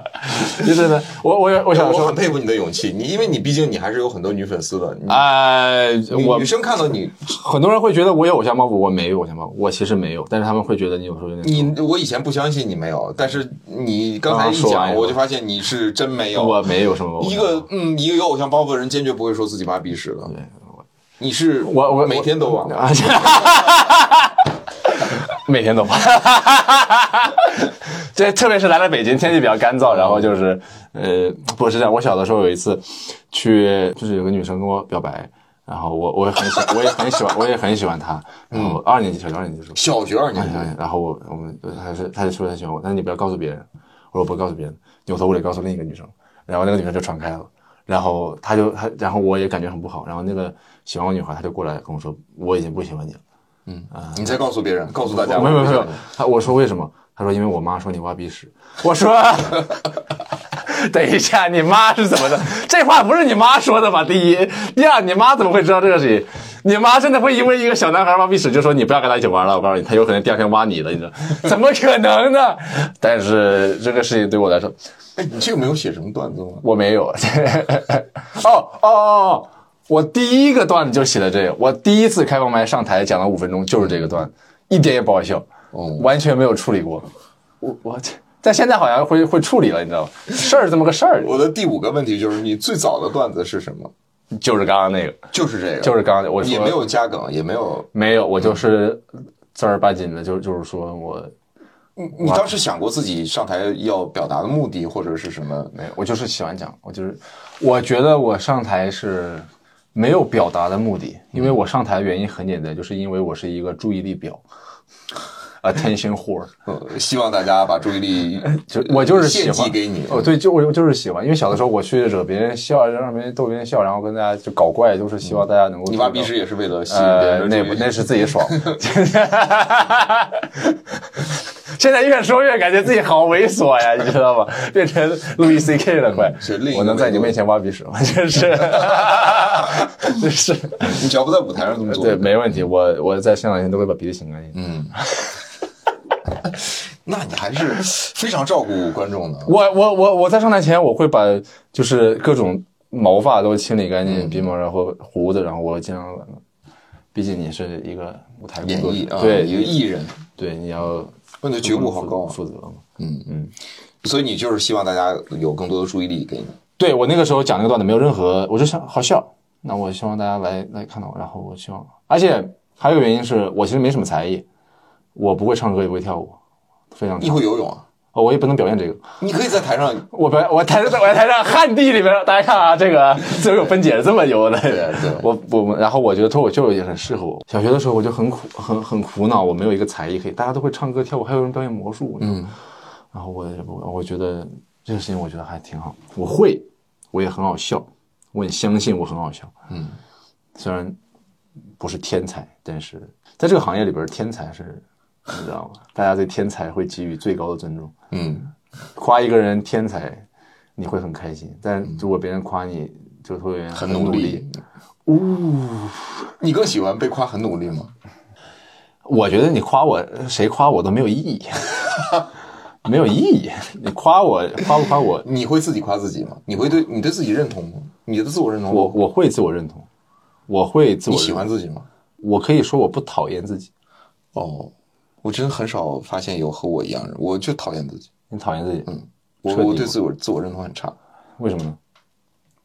Speaker 4: 就是呢，我我有我小时
Speaker 3: 我
Speaker 4: 候
Speaker 3: 很，佩服你的勇气，你因为你毕竟你还是有很多女粉丝的，你
Speaker 4: 哎、
Speaker 3: 女
Speaker 4: 我
Speaker 3: 女生看到你，
Speaker 4: 很多人会觉得我有偶像包袱，我没有偶像包袱，我其实没有，但是他们会觉得你有时候有点。
Speaker 3: 你我以前不相信你没有，但是你刚才
Speaker 4: 刚刚
Speaker 3: 一
Speaker 4: 啊说完
Speaker 3: 讲，
Speaker 4: 以后
Speaker 3: 我就发现你是真没有。
Speaker 4: 我没有什么偶像
Speaker 3: 一个嗯，一个有偶像包袱的人，坚决不会说自己挖鼻屎的。你是
Speaker 4: 我我
Speaker 3: 每天都挖，
Speaker 4: 啊， 每天 都发，这特别是来了北京，天气比较干燥，然后就是呃，不是这样。我小的时候有一次去，就是有个女生跟我表白，然后我我也很喜，我也很喜欢，我也很喜欢她。然后二年级，小学二年级的时候，
Speaker 3: 小学二年级
Speaker 4: 然后我我们她是她就说她喜欢我，但是你不要告诉别人。我说不告诉别人，扭头我得告诉另一个女生，然后那个女生就传开了，然后她就她，然后我也感觉很不好，然后那个喜欢我女孩她就过来跟我说我已经不喜欢你了，
Speaker 3: 你才告诉别人，告诉大家，
Speaker 4: 没有没有没有，她我说为什么？她说因为我妈说你挖鼻屎，我说。等一下，你妈是怎么的？这话不是你妈说的吧？第一，第二，你妈怎么会知道这个事情？你妈真的会因为一个小男孩挖鼻屎就说你不要跟他一起玩了？我告诉你，他有可能第二天挖你了，你知道？怎么可能呢？但是这个事情对我来说，
Speaker 3: 哎，你这个没有写成段子吗？
Speaker 4: 我没有。 哦哦哦哦！我第一个段子就写的这个，我第一次开放麦上台讲了五分钟，就是这个段子，一点也不好笑，
Speaker 3: 哦
Speaker 4: 完全没有处理过。我我这。但现在好像会会处理了，你知道吗？事儿这么个事儿，
Speaker 3: 我的第五个问题就是，你最早的段子是什么？
Speaker 4: 就是刚刚那个，
Speaker 3: 就是这个，
Speaker 4: 就是刚刚我说
Speaker 3: 也没有加梗，也没有。
Speaker 4: 没有，我就是正儿八经的，就就是说我
Speaker 3: 你你当时想过自己上台要表达的目的或者是什么？
Speaker 4: 没有，我就是喜欢讲，我就是我觉得我上台是没有表达的目的，因为我上台的原因很简单，就是因为我是一个注意力表啊，attention whore，
Speaker 3: 呃希望大家把注意力
Speaker 4: 哎就我就是喜
Speaker 3: 献
Speaker 4: 欢
Speaker 3: 祭给你。
Speaker 4: 哦，对，就我就是喜欢，因为小的时候我去惹别人笑，让别人逗别人笑，然后跟大家就搞怪，就是希望大家能够
Speaker 3: 你挖
Speaker 4: 注意
Speaker 3: 鼻
Speaker 4: 到
Speaker 3: 屎也是为了吸引别
Speaker 4: 呃，
Speaker 3: 人
Speaker 4: 那
Speaker 3: 的
Speaker 4: 不
Speaker 3: 注意
Speaker 4: 那是自己爽。现在越说越感觉自己好猥琐呀，你知道吗？变成路易 C K 了，快
Speaker 3: 嗯是另一！个
Speaker 4: 我能在你面前挖鼻屎吗？真 是，真是，
Speaker 3: 你只要不在舞台上这么做，
Speaker 4: 对，没问题。我我在现场前都会把鼻子擤干净。
Speaker 3: 嗯那你还是非常照顾观众 的。
Speaker 4: 我我我我在上台前，我会把就是各种毛发都清理干
Speaker 3: 嗯
Speaker 4: 净，鼻毛，然后胡子，然后我尽量。毕竟你是一个舞台工
Speaker 3: 演
Speaker 4: 作
Speaker 3: 绎
Speaker 4: 者，
Speaker 3: 啊，
Speaker 4: 对，
Speaker 3: 一个艺人，
Speaker 4: 对，你要
Speaker 3: 问的觉悟好高啊。
Speaker 4: 负责嘛。
Speaker 3: 所以你就是希望大家有更多的注意力给你。
Speaker 4: 对我那个时候讲那个段子没有任何，我就想好笑。那我希望大家来来看到我，然后我希望，而且还有一个原因是我其实没什么才艺，我不会唱歌也不会跳舞，非常
Speaker 3: 你
Speaker 4: 差，
Speaker 3: 会游泳啊？
Speaker 4: 哦我也不能表演这个。
Speaker 3: 你可以在台上，
Speaker 4: 我表演我台上我在台上旱地里边，大家看啊，这个最后有分解这么牛的。
Speaker 3: 对
Speaker 4: 我我然后我觉得脱口秀也很适合我。小学的时候我就很苦很很苦恼，我没有一个才艺可以，大家都会唱歌跳舞，还有人表演魔术。嗯，然后我我我觉得这个事情我觉得还挺好，我会，我也很好笑，我很相信我很好笑。嗯，虽然不是天才，但是在这个行业里边，天才是。你知道吗？大家对天才会给予最高的尊重。
Speaker 3: 嗯，
Speaker 4: 夸一个人天才，你会很开心；但如果别人夸你，就会
Speaker 3: 很
Speaker 4: 嗯努
Speaker 3: 努力。呜，你更喜欢被夸很努力吗？
Speaker 4: 我觉得你夸我，谁夸我都没有意义， 没有意义。你夸我，夸不夸我，
Speaker 3: 你会自己夸自己吗？你会对你对自己认同吗？你的自我认同，
Speaker 4: 我我会自我认同，我会自我
Speaker 3: 你
Speaker 4: 认
Speaker 3: 喜
Speaker 4: 同
Speaker 3: 欢自己吗？
Speaker 4: 我可以说我不讨厌自己。
Speaker 3: 哦，我真很少发现有和我一样人，我就讨厌自己。
Speaker 4: 你讨厌自己，
Speaker 3: 我
Speaker 4: 彻底
Speaker 3: 我对自我自我认同很差，
Speaker 4: 为什么呢？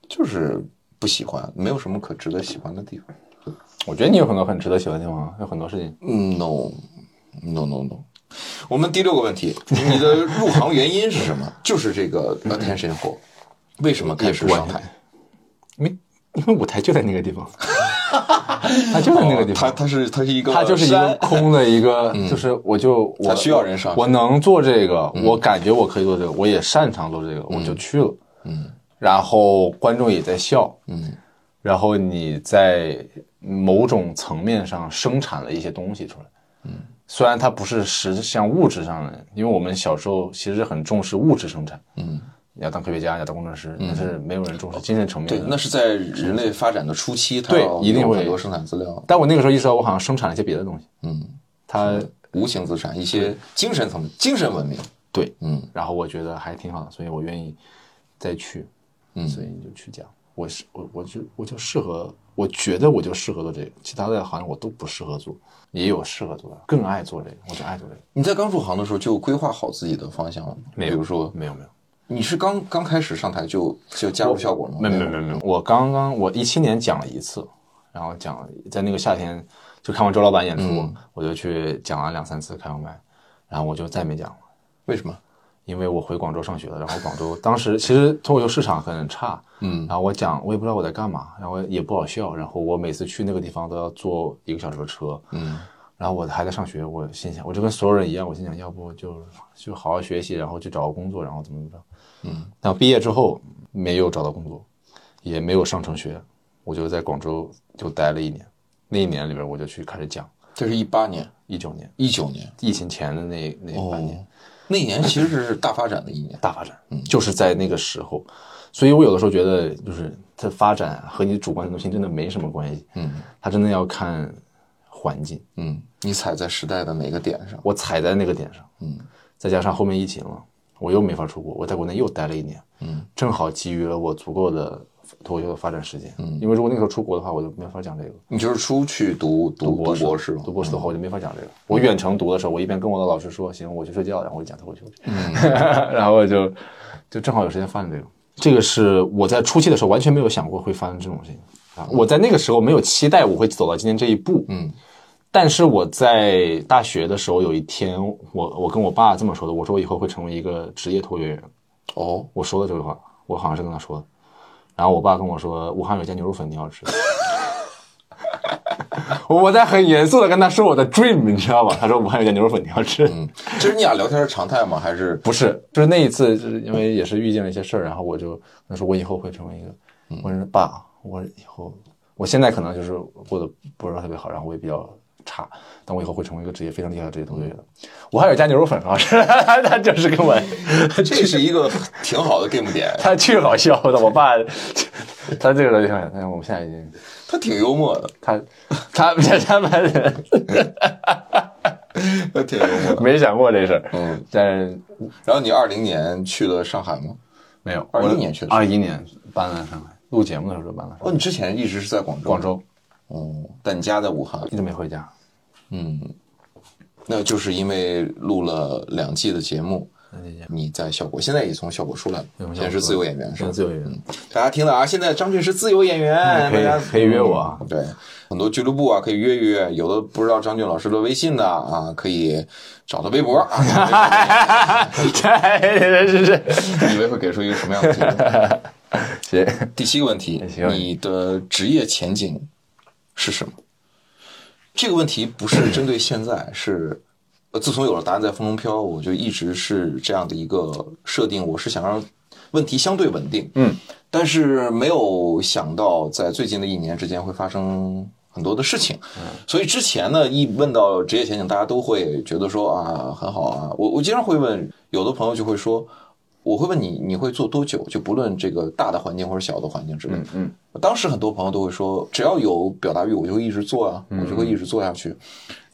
Speaker 3: 就是不喜欢，没有什么可值得喜欢的地方。
Speaker 4: 我觉得你有很多很值得喜欢的地方啊，有很多事情。
Speaker 3: 嗯 No, no, no, no。我们第六个问题，你的入行原因是什 么？就是这个 attention 火，为什么开始上台？
Speaker 4: 因为因为舞台就在那个 地方，它就在那个地
Speaker 3: 哦它
Speaker 4: 方，
Speaker 3: 它是它是一个
Speaker 4: 它就是一个
Speaker 3: 山嗯
Speaker 4: 空的一 个，就是我就我
Speaker 3: 它需要人上嗯
Speaker 4: 我能做这个，我感觉我可以做这个，我也擅长做这个，我就去了。嗯，然后观众也在笑。嗯，然后你在某种层面上生产了一些东西出来。嗯，虽然它不是实像物质上的，因为我们小时候其实很重视物质生产。嗯。你要当科学家，你要当工程师，但是没有人重视精神层面的。
Speaker 3: 嗯对，那是在人类发展的初期，它
Speaker 4: 对
Speaker 3: 要
Speaker 4: 一定
Speaker 3: 有
Speaker 4: 会
Speaker 3: 很多生产资料，
Speaker 4: 但我那个时候意识到，我好像生产了一些别的东西。嗯，它
Speaker 3: 无形资产，一些精神层面、精神文明。
Speaker 4: 对，
Speaker 3: 嗯，
Speaker 4: 然后我觉得还挺好的，所以我愿意再去，嗯，所以你就去讲，我是我我就我就适合，我觉得我就适合做这个，其他的好像我都不适合做，也有适合做的，更爱做这个，我就爱做这个，
Speaker 3: 你在刚入行的时候就规划好自己的方向了吗？比如说，
Speaker 4: 没有没有。
Speaker 3: 你是刚刚开始上台就就加入效果吗？
Speaker 4: 没有没有没有没有，我刚刚我一七年讲了一次，然后讲了在那个夏天就看完周老板演出，我就去讲了两三次开放麦，然后我就再没讲了。
Speaker 3: 为什么？
Speaker 4: 因为我回广州上学了，然后广州当时其实脱口秀市场很差，嗯，然后我讲我也不知道我在干嘛，然后也不好笑，然后我每次去那个地方都要坐一个小时的车，嗯，然后我还在上学，我心想，我就跟所有人一样，我心想，要不就就好好学习，然后去找个工作，然后怎么怎么着。嗯，然后毕业之后没有找到工作，也没有上成学，我就在广州就待了一年。那一年里边，我就去开始讲
Speaker 3: 这是一八年、
Speaker 4: 一九年
Speaker 3: 一九年
Speaker 4: 疫情前的那那半年、
Speaker 3: 哦，那一年其实是大发展的一年。
Speaker 4: 大发展，嗯就是在那个时候。所以我有的时候觉得，就是它发展和你主观的东西真的没什么关系，
Speaker 3: 嗯
Speaker 4: 它真的要看环境。
Speaker 3: 嗯，你踩在时代的哪个点上？
Speaker 4: 我踩在那个点上，
Speaker 3: 嗯，
Speaker 4: 再加上后面疫情了，我又没法出国，我在国内又待了一年，
Speaker 3: 嗯，
Speaker 4: 正好给予了我足够的脱口秀的发展时间，
Speaker 3: 嗯
Speaker 4: 因为如果那个时候出国的话，我就没法讲这个。
Speaker 3: 你就是出去读读
Speaker 4: 博
Speaker 3: 博士吗？嗯
Speaker 4: 读博士的话，我就没法讲这个。我远程读的时候，我一边跟我的老师说：“行，我去睡觉，然后我就讲脱口秀。”嗯， 然后我就就正好有时间翻这个。这个是我在初期的时候完全没有想过会发生这种事情啊！我在那个时候没有期待我会走到今天这一步。
Speaker 3: 嗯，
Speaker 4: 但是我在大学的时候，有一天我我跟我爸这么说的，我说我以后会成为一个职业脱口秀演员。
Speaker 3: 哦，
Speaker 4: 我说的这句话，我好像是跟他说的。然后我爸跟我说，武汉有一家牛肉粉你要吃。 我在很严肃的跟他说我的 dream，你知道吗？他说武汉有一家牛肉粉你要吃。
Speaker 3: 嗯，这是你俩聊天的常态吗？还是
Speaker 4: 不是，就是那一次，就是因为也是遇见了一些事儿，然后我就他说我以后会成为一个，
Speaker 3: 嗯
Speaker 4: 我说爸，我以后我现在可能就是过得不是特别好，然后我也比较差，但我以后会成为一个职业非常厉害的职业同学的。我还有加牛肉粉啊，他就是 跟我，
Speaker 3: 这是一个挺好的 game 点？
Speaker 4: 他巨好笑的，我爸，他这个东西，哎，我们现在已经，
Speaker 3: 他挺幽默的，
Speaker 4: 他他他们人
Speaker 3: 他挺幽默的。
Speaker 4: 没想过这事儿，
Speaker 3: 嗯，
Speaker 4: 但是
Speaker 3: 然后你二零年去了上海吗？
Speaker 4: 没有，
Speaker 3: 21年去的
Speaker 4: 二一年搬来上海，录节目的时候就搬来上海
Speaker 3: 哦，你之前一直是在广州。
Speaker 4: 广。州
Speaker 3: 哦，但你家在武汉。
Speaker 4: 一直没回家。
Speaker 3: 嗯，那就是因为录了两季的节目，
Speaker 4: 那就这样
Speaker 3: 你在效果，现在也从效果出来了，
Speaker 4: 对我
Speaker 3: 现
Speaker 4: 们
Speaker 3: 在是自由演员是吧？
Speaker 4: 自由演员，
Speaker 3: 大家听了啊，现在张俊是自由演员，
Speaker 4: 嗯可
Speaker 3: 大
Speaker 4: 以
Speaker 3: 家
Speaker 4: 可以约我啊。
Speaker 3: 对，很多俱乐部啊可以约约，有的不知道张俊老师的微信的啊，可以找他微 博啊，
Speaker 4: 对，是是，
Speaker 3: 以为会给出一个什么样的结论？
Speaker 4: 行，
Speaker 3: 第七个问题
Speaker 4: 第七个，问题
Speaker 3: 你的职业前景是什么？这个问题不是针对 现在，是呃，自从有了答案在风中飘，我就一直是这样的一个设定。我是想让问题相对稳定，
Speaker 4: 嗯，
Speaker 3: 但是没有想到在最近的一年之间会发生很多的事情，所以之前呢，一问到职业前景，大家都会觉得说啊，很好啊。我我经常会问，有的朋友就会说，我会问你，你会做多久？就不论这个大的环境或者小的环境之类的。
Speaker 4: 嗯
Speaker 3: 当时很多朋友都会说，只要有表达欲，我就会一直做啊，
Speaker 4: 嗯
Speaker 3: 我就会一直做下去。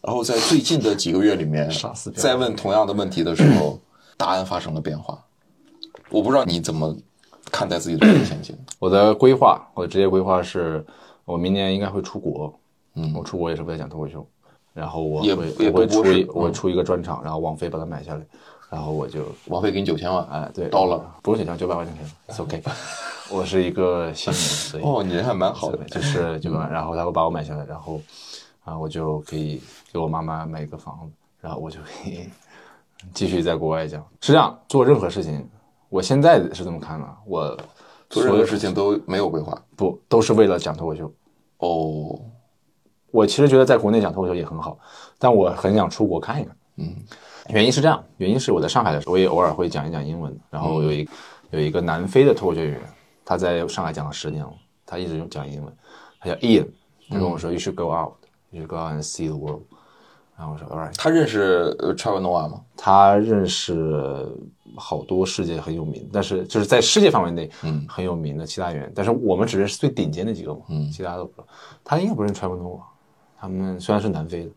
Speaker 3: 然后在最近的几个月里 面
Speaker 4: 杀死，表达欲
Speaker 3: 再问同样的问题的时 候，答案发生了变化。我不知道你怎么看待自己的职业前景。
Speaker 4: 我的规划，我的职业规划是，我明年应该会出国，
Speaker 3: 嗯
Speaker 4: 我出国也是为了讲脱口秀，然后我
Speaker 3: 也
Speaker 4: 会
Speaker 3: 也
Speaker 4: 我会
Speaker 3: 不播
Speaker 4: 出一
Speaker 3: 是
Speaker 4: 我会出一个专场，然后王菲把它买下来，然后 我就
Speaker 3: 王菲给你九千万，
Speaker 4: 哎对
Speaker 3: 到了。，
Speaker 4: 不用选项九百万就可以了，it's OK，我 是一个新人，所以
Speaker 3: 哦，你人还蛮好的
Speaker 4: 对，。就是就把，然后他会把我买下来，然后啊，我就可以给我妈妈买一个房子，然后我就可以继续在国外讲。是这样，做任何事情，我现在是这么看的，我
Speaker 3: 做任何事情都没有规划。
Speaker 4: 不都是为了讲脱口秀。
Speaker 3: 哦，
Speaker 4: 我其实觉得在国内讲脱口秀也很好，但我很想出国看一看。
Speaker 3: 嗯，
Speaker 4: 原因是这样，原因是我在上海的时候，我也偶尔会讲一讲英文的。然后有一、有一个南非的脱口秀演员，他在上海讲了十年了，他一直用讲英文，他叫 Ian，他跟我说、You should go out, you should go out and see the world。”然后我说：“All right。”
Speaker 3: 他认识呃 Trevor Noah 吗？
Speaker 4: 他认识好多世界很有名，但是就是在世界范围内很有名的其他演员，但是我们只认识最顶尖的几个嘛，其他都不知道。他应该不认识 t r a v o n o 他们虽然是南非的，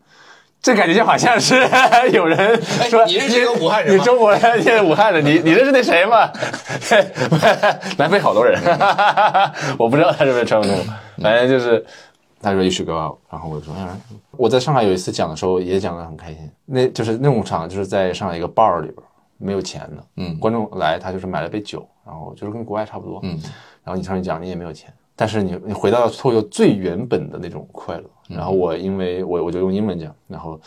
Speaker 4: 这感觉就好像是 有人说、
Speaker 3: 哎你认识一个武汉人吗
Speaker 4: 你中国人，你是武汉的，你你认识那谁吗？ 南非好多人， 我不知道他是不是 t r a v o n o 反正就是。他说 you should go out，然后我就说，哎，我在上海有一次讲的时候也讲得很开心，那就是那种场就是在上海一个 bar 里边，没有钱的，
Speaker 3: 嗯
Speaker 4: 观众来他就是买了杯酒，然后就是跟国外差不多，
Speaker 3: 嗯，
Speaker 4: 然后你上去讲你也没有钱，但是你你回到脱口秀最原本的那种快乐，
Speaker 3: 嗯
Speaker 4: 然后我因为我我就用英文讲，然后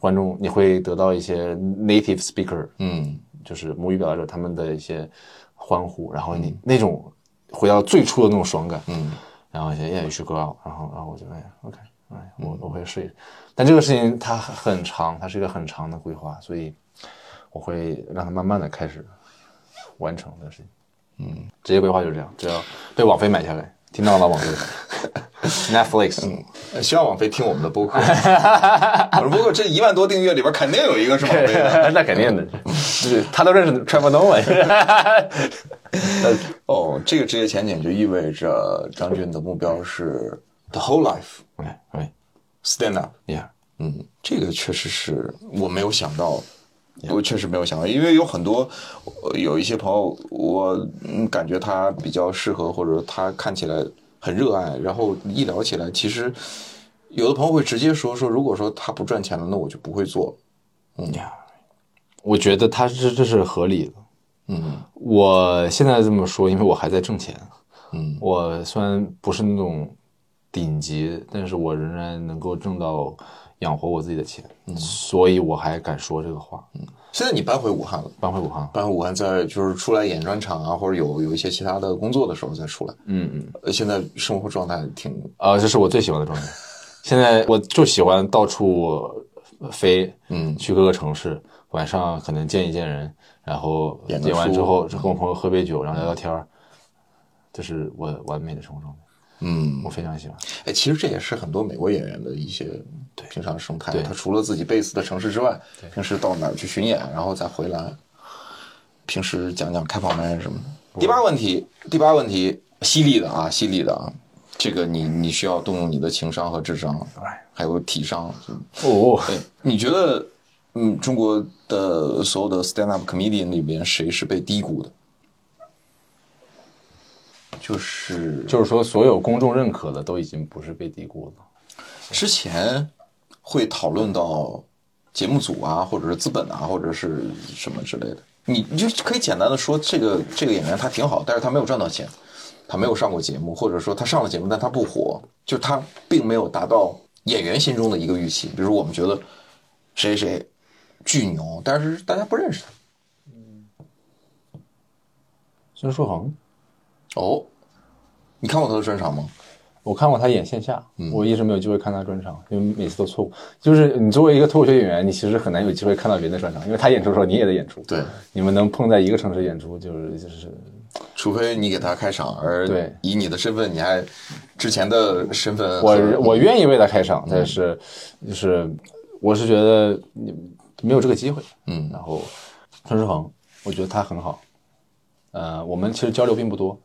Speaker 4: 观众你会得到一些 native speaker，
Speaker 3: 嗯，
Speaker 4: 就是母语表达者他们的一些欢呼，然后你、那种回到最初的那种爽感，
Speaker 3: 嗯，
Speaker 4: 然后一些 yeah you should go out，然后然后我就哎 OK 哎，我我会试一试，但这个事情它很长，它是一个很长的规划，所以我会让它慢慢的开始完成这个事情。嗯，职业规划就是这样，只要被网飞买下来，听到了吗？网飞，Netflix，、
Speaker 3: 呃希望网飞听我们的播 客。我说不过这一万多订阅里边肯定有一个是网飞 的。
Speaker 4: 那肯定的，就是他都认识 Trevor Noah，
Speaker 3: 哦，这个职业前景就意味着张军的目标是 the whole life
Speaker 4: 哎哎
Speaker 3: stand up。
Speaker 4: ，Yeah，
Speaker 3: 嗯，这个确实是我没有想到，我确实没有想到，因为有很多呃有一些朋友，我嗯感觉他比较适合，或者他看起来很热爱，然后一聊起来，其实有的朋友会直接说说，如果说他不赚钱了，那我就不会做。
Speaker 4: 嗯我觉得他是这是合理的。嗯，我现在这么说，因为我还在挣钱。
Speaker 3: 嗯，
Speaker 4: 我虽然不是那种顶级，但是我仍然能够挣到养活我自己的钱，嗯所以我还敢说这个话。
Speaker 3: 现在你搬回武汉了。
Speaker 4: 搬回武汉，
Speaker 3: 搬回武汉，在就是出来演专场啊，或者有有一些其他的工作的时候再出来。
Speaker 4: 嗯嗯，
Speaker 3: 呃，现在生活状态挺
Speaker 4: 啊，这是我最喜欢的状态。现在我就喜欢到处飞，
Speaker 3: 嗯
Speaker 4: 去各个城市，晚上可能见一见人，然后
Speaker 3: 演
Speaker 4: 演嗯
Speaker 3: 个
Speaker 4: 完
Speaker 3: 书
Speaker 4: 之后跟我朋友喝杯酒，然后聊聊天儿，这是我完美的生活状态，
Speaker 3: 嗯，
Speaker 4: 我非常喜欢。
Speaker 3: 哎，其实这也是很多美国演员的一些平常生态。
Speaker 4: 对
Speaker 3: 他除了自己贝斯的城市之外，平时到哪儿去巡演，然后再回来，平时讲讲开放麦什么的。第八问题，第八问题，犀利的啊，犀利的啊，这个你你需要动用你的情商和智商，还有体商。
Speaker 4: 哦，
Speaker 3: 对，你觉得，嗯，中国的所有的 stand up comedian 里边，谁是被低估的？就是
Speaker 4: 就是说所有公众认可的都已经不是被低估了。
Speaker 3: 之前会讨论到节目组啊，或者是资本啊，或者是什么之类的。你你就可以简单的说，这个这个演员他挺好，但是他没有赚到钱，他没有上过节目，或者说他上了节目，但他不火，就他并没有达到演员心中的一个预期。比如我们觉得谁谁巨牛，但是大家不认识他。
Speaker 4: 孙书恒，
Speaker 3: 哦，你看过他的专场吗？
Speaker 4: 我看过他演线下，我一直没有机会看他专场，因为每次都错过。就是你作为一个脱口秀演员，你其实很难有机会看到别人的专场，因为他演出的时候你也得演出。
Speaker 3: 对，
Speaker 4: 你们能碰在一个城市演出，就是就是
Speaker 3: 除非你给他开场，而
Speaker 4: 对
Speaker 3: 以你的身份，你还之前的身份和，
Speaker 4: 我我愿意为他开场，但是就是我是觉得你没有这个机会。
Speaker 3: 嗯
Speaker 4: 然后孙世恒，我觉得他很好。呃，我们其实交流并不多，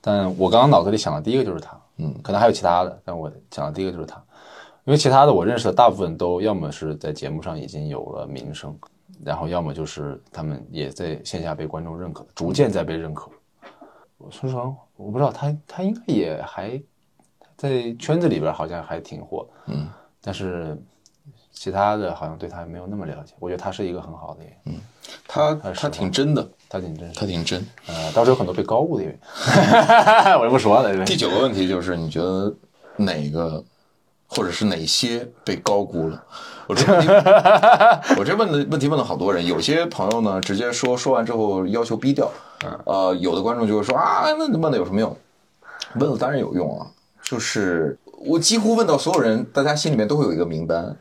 Speaker 4: 但我刚刚脑子里想的第一个就是他，嗯，可能还有其他的，但我想的第一个就是他，因为其他的我认识的大部分都要么是在节目上已经有了名声，然后要么就是他们也在线下被观众认可，逐渐在被认可。我孙世恒，我不知道他他应该也还在圈子里边好像还挺火，嗯，但是其他的好像对他没有那么了解。我觉得他是一个很好的演员，嗯，
Speaker 3: 他
Speaker 4: 他是
Speaker 3: 他挺真的，
Speaker 4: 他挺真实。
Speaker 3: 他挺真。
Speaker 4: 呃，当时有很多被高估的演 员，我就不说了。
Speaker 3: 第九个问题就是，你觉得哪个或者是哪些被高估了？我这问题，我这问的问题问了好多人，有些朋友呢直接说说完之后要求逼掉，呃，有的观众就会说啊，那你问的有什么用？问了当然有用啊，就是我几乎问到所有人，大家心里面都会有一个名单，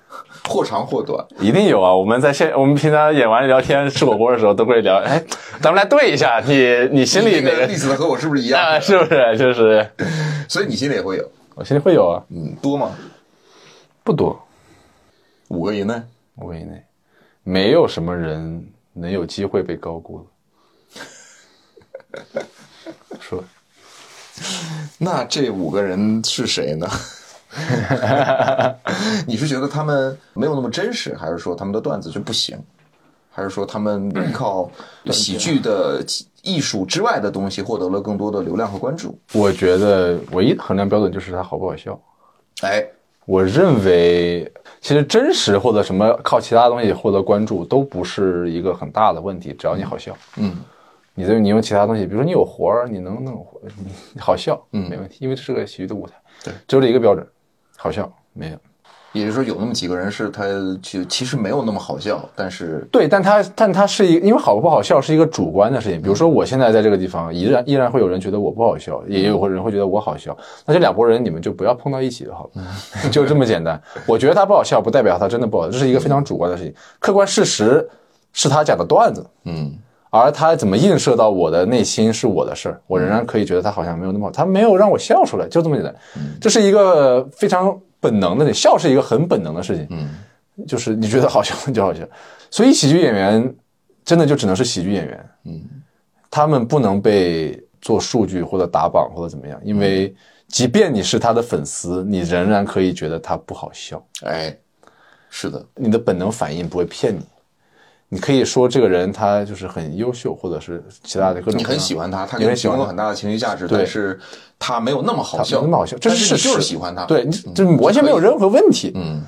Speaker 3: 或长或短。
Speaker 4: 一定有啊！我们在现我们平常演完聊天吃火锅的时候都会聊，哎，咱们来对一下，你你心里
Speaker 3: 那
Speaker 4: 哪
Speaker 3: 个
Speaker 4: 个
Speaker 3: 例子和我是不是一
Speaker 4: 啊？
Speaker 3: 样？
Speaker 4: 是不是？ 就是
Speaker 3: 所以你心里也会有，
Speaker 4: 我心里会有啊，
Speaker 3: 嗯，多吗？
Speaker 4: 不多，
Speaker 3: 五个以内。
Speaker 4: 五个以内，没有什么人能有机会被高估 的。说，
Speaker 3: 那这五个人是谁呢？ 你是觉得他们没有那么真实，还是说他们的段子就不行，还是说 他们靠喜剧的艺术之外的东西获得了更多的流量和关注？
Speaker 4: 我觉得唯一的衡量标准就是它好不好笑。
Speaker 3: 哎，
Speaker 4: 我认为，其实真实或者什么靠其他东西获得关注都不是一个很大的问题，只要你好笑。
Speaker 3: 嗯，
Speaker 4: 你这你用其他东西，比如说你有活儿，你能弄活，你你好笑，嗯，没问题，因为这是个喜剧的舞台。
Speaker 3: 对，
Speaker 4: 只有这一个标准，好笑没有。
Speaker 3: 也就是说有那么几个人是他就其实没有那么好笑，但是
Speaker 4: 对，但它但它是一，因为好不好笑是一个主观的事情。比如说，我现在在这个地方，依然依然会有人觉得我不好笑，也有人会觉得我好笑。那这两拨人你们就不要碰到一起就好了， 就这么简单。我觉得他不好笑，不代表他真的不好笑，这是一个非常主观的事情。客观事实是他讲的段子，
Speaker 3: 嗯，
Speaker 4: 而他怎么映射到我的内心是我的事儿，我仍然可以觉得他好像没有那么好，他没有让我笑出来，就这么简单。
Speaker 3: 嗯
Speaker 4: 这是一个非常本能的，笑是一个很本能的事情。嗯，就是你觉得好笑你就好笑，所以喜剧演员真的就只能是喜剧演员。嗯，他们不能被做数据或者打榜或者怎么样，因
Speaker 3: 嗯
Speaker 4: 为即便你是他的粉丝，你仍然可以觉得他不好笑。
Speaker 3: 哎，是的，
Speaker 4: 你的本能反应不会骗你。你可以说这个人他就是很优秀，或者是其他的各种各样。
Speaker 3: 你很喜欢他，他
Speaker 4: 你
Speaker 3: 给你
Speaker 4: 很喜
Speaker 3: 提供
Speaker 4: 欢
Speaker 3: 了
Speaker 4: 他
Speaker 3: 很大的情绪价值，
Speaker 4: 对
Speaker 3: 但是他没有那么好
Speaker 4: 他
Speaker 3: 笑，
Speaker 4: 没那么好笑，这
Speaker 3: 但是
Speaker 4: 事
Speaker 3: 你
Speaker 4: 实。
Speaker 3: 就是喜欢他，嗯
Speaker 4: 对，你这完全没有任何问题。嗯，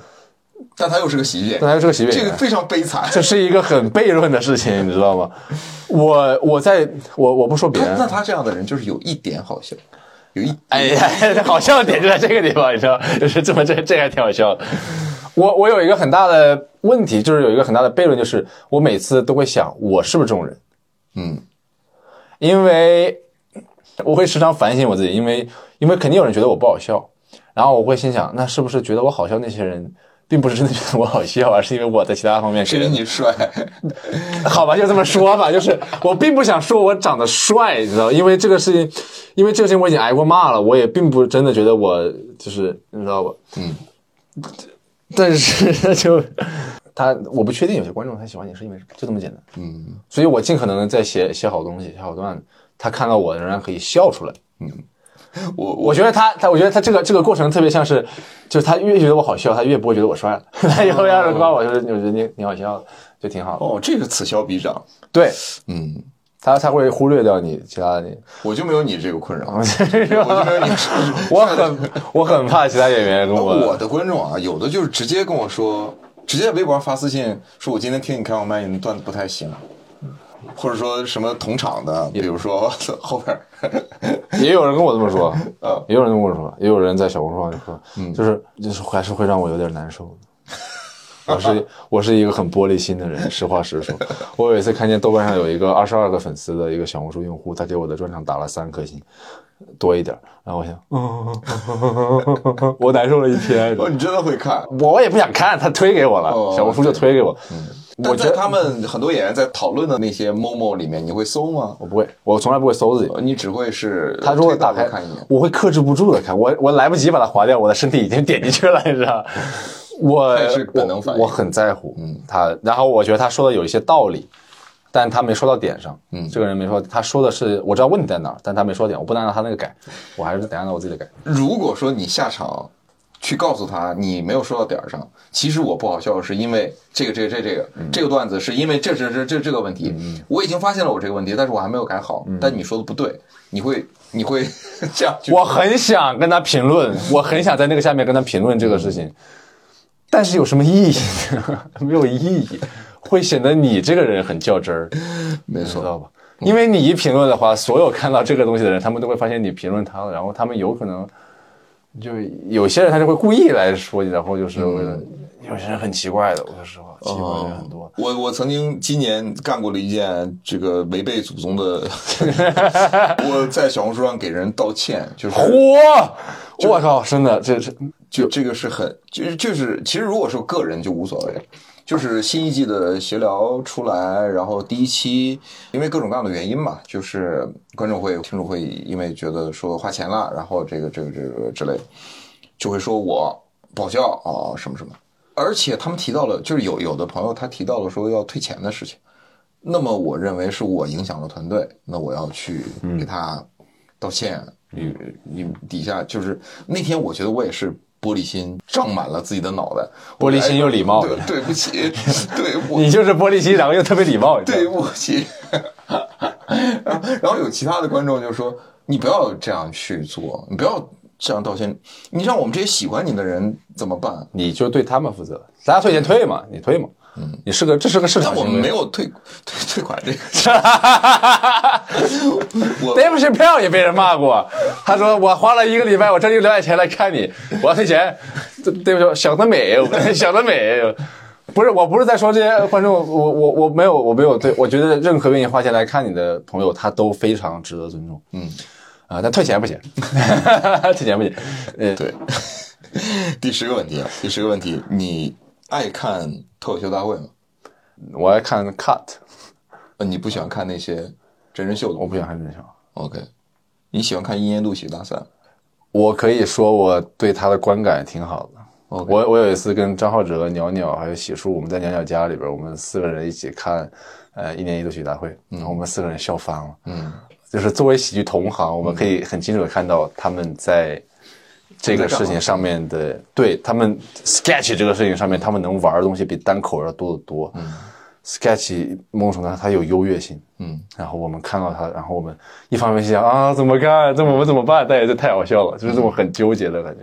Speaker 3: 但他又是个喜剧演
Speaker 4: 但
Speaker 3: 员，
Speaker 4: 他是个喜剧演
Speaker 3: 这
Speaker 4: 员，
Speaker 3: 个非常悲惨。
Speaker 4: 这啊是一个很悖论的事情，你知道吗？我我在我我不说别
Speaker 3: 他
Speaker 4: 人啊
Speaker 3: 那，他这样的人就是有一点好笑，有一
Speaker 4: 哎呀，好笑的点就在这个地方，你知道，就是这么这这还挺好笑的。我我有一个很大的问题，就是有一个很大的悖论，就是我每次都会想，我是不是这种人？
Speaker 3: 嗯，
Speaker 4: 因为我会时常反省我自己，因为因为肯定有人觉得我不好笑，然后我会心想，那是不是觉得我好笑那些人，并不是真的觉得我好笑，而是因为我在其他方面
Speaker 3: 是因为 你帅，
Speaker 4: 好吧，就这么说吧，就是我并不想说我长得帅，你知道，因为这个事情，因为这个事情我已经挨过骂了，我也并不真的觉得我就是你知道吧，嗯， 但是 就他，我不确定有些观众他喜欢你是因为什么就这么简单，嗯，所以我尽可能的在写写好东西，写好段子，他看到我仍然可以笑出来，
Speaker 3: 我我
Speaker 4: 我觉得他他，我觉得他这个这个过程特别像是，就是他越觉得我好笑，他越不会觉得我帅了， 他以后要是夸我，就是我觉得你挺好笑的，就挺好的，
Speaker 3: 哦，这个此消彼长，
Speaker 4: 对。
Speaker 3: 嗯，
Speaker 4: 他他会忽略掉你其他的你。
Speaker 3: 我就没有你这个困扰， 我就没有你这个困扰。
Speaker 4: 我很我很怕其他演员跟我
Speaker 3: 我的观众啊，有的就是直接跟我说，直接在微博上发私信说，我今天听你开放麦，你的段子不太行，或者说什么同场的，比如说 后边儿
Speaker 4: 也有人跟我这么说，啊
Speaker 3: 嗯
Speaker 4: 也有人跟我说，也有人在小红书上就说，就是就是还是会让我有点难受。我是 我是一个很玻璃心的人，实话实说。我有一次看见豆瓣上有一个二十二个粉丝的一个小红书用户，他给我的专场打了三颗星，多一点儿。然后我 想，嗯，我难受了一天。
Speaker 3: 哦，你真的会看。
Speaker 4: 我也不想看，他推给我了，
Speaker 3: 哦嗯
Speaker 4: 小红书就推给我。
Speaker 3: 但
Speaker 4: 我觉
Speaker 3: 在
Speaker 4: 得
Speaker 3: 他们很多演员在讨论的那些 Momo 里面，你会搜吗？
Speaker 4: 我不会，我从来不会搜自己。
Speaker 3: 呃你只会是
Speaker 4: 他如果
Speaker 3: 推导
Speaker 4: 打
Speaker 3: 着
Speaker 4: 开
Speaker 3: 看一眼，，
Speaker 4: 我会克制不住的看，我我来不及把它划掉，我的身体已经点进去了，你知道 吗？我
Speaker 3: 这是本能反应
Speaker 4: 我，我很在乎，嗯，他，然后我觉得他说的有一些道理，但他没说到点上，嗯，这个人没说，他说的是我知道问题在哪儿，但他没说点，我不能按照他那个改，我还是得按照我自己的改。
Speaker 3: 如果说你下场去告诉他你没有说到点儿上，其实我不好笑是因为这个这个这个这个、这个段子是因为这这这这这个问题，我已经发现了我这个问题，但是我还没有改好，但你说的不对，你会你会这样去
Speaker 4: 我很想跟他评
Speaker 3: 嗯
Speaker 4: 论，我很想在那个下面跟他评论这个事情，但是有什么意义呢？没有意义，会显得你这个人很较真儿。
Speaker 3: 没
Speaker 4: 你
Speaker 3: 嗯
Speaker 4: 知，道吧？因为你一评论的话，所有看到这个东西的人，他们都会发现你评论他了，然后他们有可能就有些人他就会故意来说你，然后就是为了、
Speaker 3: 嗯
Speaker 4: 有些人很奇怪的，我说实话，奇怪的人很多。
Speaker 3: 我我曾经今年干过了一件这个违背祖宗的，我在小红书上给人道歉，就是
Speaker 4: 嚯！我靠，真的，这这
Speaker 3: 就这个是很，就是就是，其实如果是个人就无所谓，就是新一季的闲聊出来，然后第一期因为各种各样的原因嘛，就是观众会、听众会因为觉得说花钱了，然后这个这个这个之类，就会说我不好笑啊什么什么，而且他们提到了，就是有有的朋友他提到了说要退钱的事情，那么我认为是我影响了团队，那我要去给
Speaker 4: 嗯
Speaker 3: 他道歉。你你底下就是那天，我觉得我也是玻璃心胀满了自己的脑袋，
Speaker 4: 玻璃心又礼貌
Speaker 3: 哎对，对不起， 对我
Speaker 4: 你就是玻璃心，然后又特别礼貌，你知道
Speaker 3: 对
Speaker 4: 吗
Speaker 3: 不起。 然后然后有其他的观众就说：“你不要这样去做，你不要这样道歉，你让我们这些喜欢你的人怎么办
Speaker 4: 你就对他们负责，大家退钱退嘛，你退嘛，嗯，你是个这是个市？”场
Speaker 3: 但我
Speaker 4: 行
Speaker 3: 们
Speaker 4: 为，
Speaker 3: 没有退退退款这个，我
Speaker 4: Dave Chappelle 也被人骂过，他说我花了一个礼拜，我挣一个礼拜钱来看你，我要退钱。 对不起，想得美， 想得美。不是，我不是在说这些观众，我我我没有，我没有对，我觉得任何愿意花钱来看你的朋友，他都非常值得尊重。嗯，啊、但退钱 不行，退钱不行。呃，
Speaker 3: 对， 第十个问题啊，第十个问题，你爱看脱口秀大会吗？
Speaker 4: 我爱看 cut，
Speaker 3: 呃你不喜欢看那些真人秀的
Speaker 4: 我
Speaker 3: 吗
Speaker 4: 不想看真相。
Speaker 3: ？OK，你喜欢看一年一度喜剧大赛吗？
Speaker 4: 我可以说我对他的观感挺好的。
Speaker 3: OK
Speaker 4: 我我有一次跟张浩哲、鸟鸟还有喜叔，我们在鸟鸟家里边，我们四个人一起看，呃，一年一度喜剧大会，然后我们四个人笑翻了。嗯，就是作为喜剧同行，我们可以很清楚的看到他们在这个事情上面的，对他们 sketch 这个事情上面，他们能玩的东西比单口要多得多。嗯，sketch 某种程度上它有优越性。
Speaker 3: 嗯，
Speaker 4: 然后我们看到他，然后我们一方面心想啊，怎么干？这我们怎么办？但也是太好笑了，就是这种很纠结的感觉。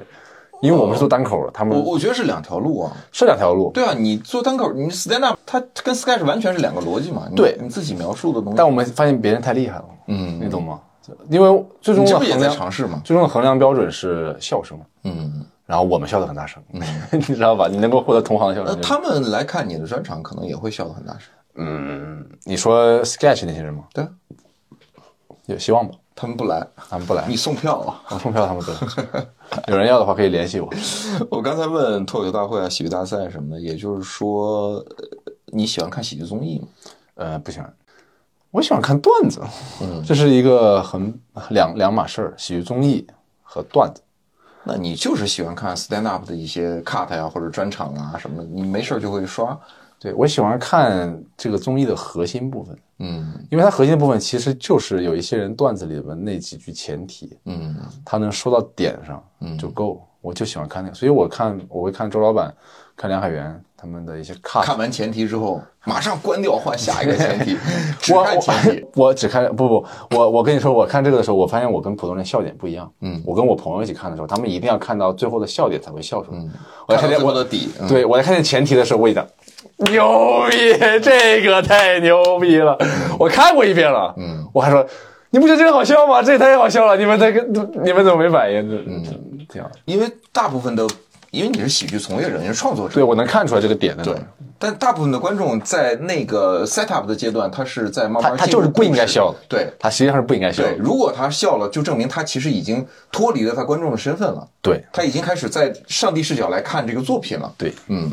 Speaker 4: 因为我们是做单口的，他
Speaker 3: 哦我
Speaker 4: 们
Speaker 3: 我觉得是两条路啊。
Speaker 4: 是两条路，
Speaker 3: 对啊，你做单口，你 stand up，它跟 sketch 完全是两个逻辑嘛。你
Speaker 4: 对
Speaker 3: 你自己描述的东西，
Speaker 4: 但我们发现别人太厉害了，
Speaker 3: 嗯
Speaker 4: 你懂吗？因为最终
Speaker 3: 你这
Speaker 4: 的
Speaker 3: 不也
Speaker 4: 衡
Speaker 3: 在
Speaker 4: 量，
Speaker 3: 尝试吗？
Speaker 4: 最终的衡量标准是笑声，
Speaker 3: 嗯，
Speaker 4: 然后我们笑得很大声， 你知道吧？你能够获得同行的笑
Speaker 3: 那
Speaker 4: 声就，
Speaker 3: 嗯呃他们来看你的专场，可能也会笑得很大声。
Speaker 4: 嗯，你说 sketch 那些人吗？
Speaker 3: 对，
Speaker 4: 有希望吧？
Speaker 3: 他们不来，
Speaker 4: 他们不来
Speaker 3: 你，送票啊！
Speaker 4: 我通票他们不来，有人要的话可以联系我。
Speaker 3: 我刚才问脱口秀大会啊、喜剧大赛什么的，也就是说，呃你喜欢看喜剧综艺吗？
Speaker 4: 呃，不喜欢。我喜欢看段子，
Speaker 3: 嗯
Speaker 4: 这是一个很两两码事儿，喜剧综艺和段子。
Speaker 3: 那你就是喜欢看 stand up 的一些 cut 呀、或者专场啊什么的，你没事儿就会刷。
Speaker 4: 对我喜欢看这个综艺的核心部分，
Speaker 3: 嗯
Speaker 4: 因为它核心的部分其实就是有一些人段子里面那几句前提，
Speaker 3: 嗯
Speaker 4: 他能说到点上就够。我就喜欢看那个，所以我看我会看周老板、看梁海源他们的一些 cut。
Speaker 3: 看完前提之后，马上关掉，换下一个前提，只
Speaker 4: 我
Speaker 3: 看前提。
Speaker 4: 我我只看不不，我我跟你说，我看这个的时候，我发现我跟普通人笑点不一样。嗯，我跟我朋友一起看的时候，他们一定要看到最后的笑点才会笑出来。我在嗯看
Speaker 3: 看到
Speaker 4: 见
Speaker 3: 最
Speaker 4: 我
Speaker 3: 后的底嗯
Speaker 4: 对我在看见前提的时候，我已经牛逼，这个太牛逼了！我看过一遍了，嗯，我还说。你不觉得这个好笑吗？这也太好笑了！你们在跟你们怎么没反应？嗯，这样，
Speaker 3: 因为大部分的，因为你是喜剧从业者，你是创作者，
Speaker 4: 对我能看出来这个点在哪
Speaker 3: 对。。但大部分的观众在那个 set up 的阶段，他是在慢慢
Speaker 4: 他他
Speaker 3: 进入
Speaker 4: 就是不应该笑的
Speaker 3: 故事对
Speaker 4: 他实际上是不应该笑的
Speaker 3: 对，。如果他笑了，就证明他其实已经脱离了他观众的身份了。
Speaker 4: 对
Speaker 3: 他已经开始在上帝视角来看这个作品了。
Speaker 4: 对，
Speaker 3: 嗯，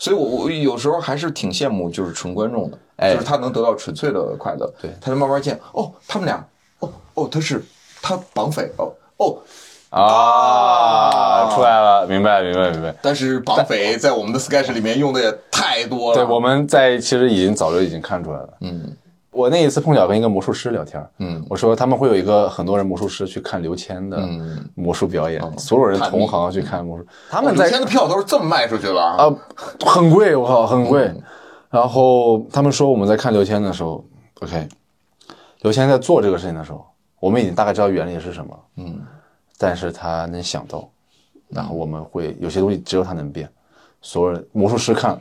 Speaker 3: 所以我我有时候还是挺羡慕就是纯观众的，
Speaker 4: 哎
Speaker 3: 就是他能得到纯粹的快乐。
Speaker 4: 对
Speaker 3: 他就慢慢见哦，他们俩，哦哦，他是他绑匪哦哦，
Speaker 4: 啊，出来了，明白，明白，明白。
Speaker 3: 但是绑匪在我们的 sketch 里面用的也太多了。哦
Speaker 4: 对，我们在其实已经早就已经看出来了。嗯，我那一次碰巧跟一个魔术师聊天，嗯，我说他们会有一个很多人魔术师去看刘谦的魔术表演，所有人同行去看魔术，嗯哦他们在
Speaker 3: 以前的票都是这么卖出去的啊。
Speaker 4: 啊，很贵，我靠，很贵。
Speaker 3: 嗯
Speaker 4: 然后他们说我们在看刘谦的时候，OK，刘谦在做这个事情的时候，我们已经大概知道原理是什么，嗯，但是他能想到，然后我们会有些东西只有他能变，所有人魔术师看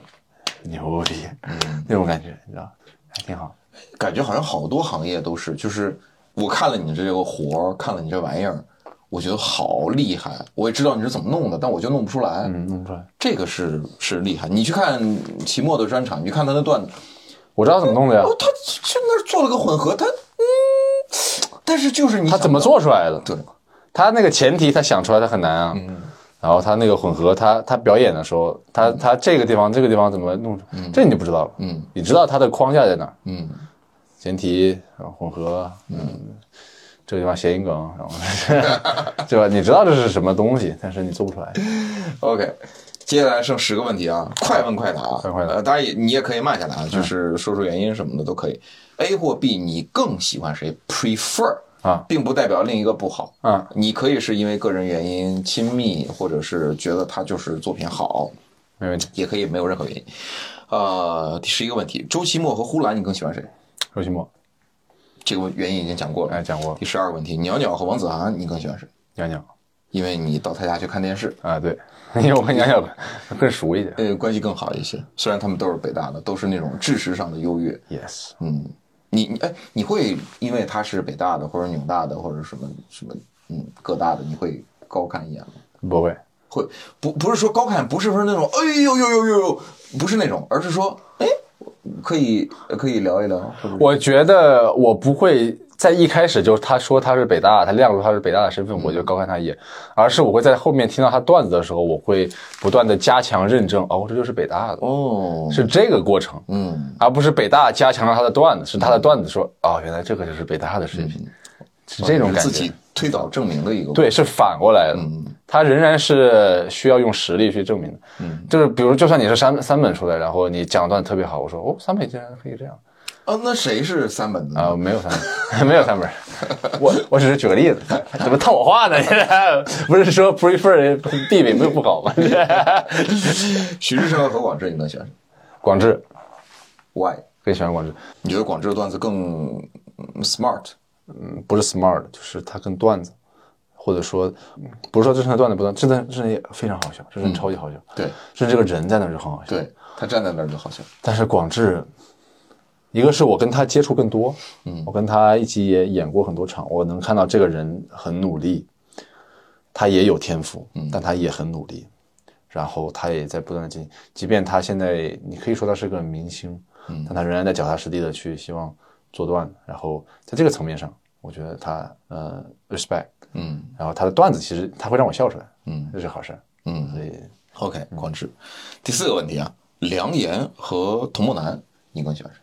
Speaker 4: 牛逼，
Speaker 3: 嗯
Speaker 4: 那种感觉，你知道，还挺好。
Speaker 3: 感觉好像好多行业都是，就是我看了你这个活儿，看了你这玩意儿，我觉得好厉害，我也知道你是怎么弄的，但我就弄不出来。
Speaker 4: 嗯，弄出来，
Speaker 3: 这个是是厉害。你去看齐墨的专场，你去看他的段子，
Speaker 4: 嗯我知道怎么弄的呀，
Speaker 3: 哦，他去那儿做了个混合，他嗯，但是就是你
Speaker 4: 他怎么做出来的？
Speaker 3: 想的？
Speaker 4: 他那个前提他想出来的很难啊。
Speaker 3: 嗯
Speaker 4: 然后他那个混合，他他表演的时候，他他这个地方这个地方怎么弄，这你就不知道了。
Speaker 3: 嗯，
Speaker 4: 你知道他的框架在哪儿，
Speaker 3: 对，嗯，
Speaker 4: 前提，然后混合，嗯，这个地方谐音梗，然后 对吧？你知道这是什么东西，但是你做不出来。
Speaker 3: 嗯 OK，接下来剩十个问题啊，快问快答啊，
Speaker 4: 快问快答嗯
Speaker 3: 呃，当然也你也可以慢下来啊，就是说出原因什么的都可以。A 或 B，你更喜欢谁？Prefer
Speaker 4: 啊
Speaker 3: 并不代表另一个不好
Speaker 4: 啊。
Speaker 3: 你可以是因为个人原因亲密，或者是觉得他就是作品好，
Speaker 4: 没问题，
Speaker 3: 也可以没有任何原因。呃，第十一个问题，周奇墨和呼兰，你更喜欢谁？
Speaker 4: 周奇墨，
Speaker 3: 这个原因已经讲过了。
Speaker 4: 哎，讲过
Speaker 3: 第十二个问题，鸟鸟和王子涵，你更喜欢谁？
Speaker 4: 娘娘，
Speaker 3: 因为你到他家去看电视，
Speaker 4: 啊，对， 因为我跟杨小白更熟一点。
Speaker 3: 呃，关系更好一些。虽然他们都是北大的，都是那种知识上的优越，
Speaker 4: Yes，
Speaker 3: 嗯，你你哎，你会因为他是北大的，或者纽大的，或者什么什么，嗯，各大的，你会高看一眼吗？
Speaker 4: 不会，
Speaker 3: 会不不是说高看，不是说那种哎呦呦呦呦呦，不是那种，而是说哎，可以可以聊一聊，或者
Speaker 4: 我觉得我不会在一开始就他说他是北大，他亮出他是北大的身
Speaker 3: 嗯
Speaker 4: 份，我就高看他一眼，而是我会在后面听到他段子的时候，我会不断的加强认证，哦，这就是北大的，
Speaker 3: 哦，
Speaker 4: 是这个过程，
Speaker 3: 嗯，
Speaker 4: 而不是北大加强了他的段子，是他的段子说，哦，原来这个就是北大的水平，
Speaker 3: 嗯
Speaker 4: 是这种感
Speaker 3: 哦自
Speaker 4: 觉
Speaker 3: 己。嗯推导证明的一个
Speaker 4: 对，是反过来的。他仍然是需要用实力去证明的。
Speaker 3: 嗯
Speaker 4: 就是比如，就算你是三三本出来，然后你讲段特别好，我说哦，三本竟然可以这样
Speaker 3: 啊，那谁是三本的呢？
Speaker 4: 啊、没有三 本，没有三本，我我只是举个例子，怎么套我话呢？ 现在不是说 prefer 地位没有不好吗？
Speaker 3: 徐志胜和广志，你更喜欢谁
Speaker 4: 广智
Speaker 3: ？Why？
Speaker 4: 更喜欢广智，
Speaker 3: 你觉得广志的段子更嗯 smart？
Speaker 4: 不是 smart，就是他跟段子，或者说不是说这是段子不段，真的真的也非常好笑，真是超级好笑。
Speaker 3: 对
Speaker 4: 是这个人在那儿就很好笑。
Speaker 3: 对，他站在那儿就好笑。嗯
Speaker 4: 但是广志，一个是我跟他接触更多，嗯，我跟他一起也演过很多场，我能看到这个人很努力，他也有天赋，嗯，但他也很努力，然后他也在不断的进，即便他现在你可以说他是个明星，嗯，但他仍然在脚踏实地的去希望做段，然后在这个层面上，我觉得他呃 respect，
Speaker 3: 嗯
Speaker 4: 然后他的段子其实他会让我笑出来，
Speaker 3: 嗯，
Speaker 4: 这是好事儿，
Speaker 3: 嗯
Speaker 4: 所以
Speaker 3: ，OK，广志。第四个问题啊，梁岩和童梦楠，你更喜欢谁？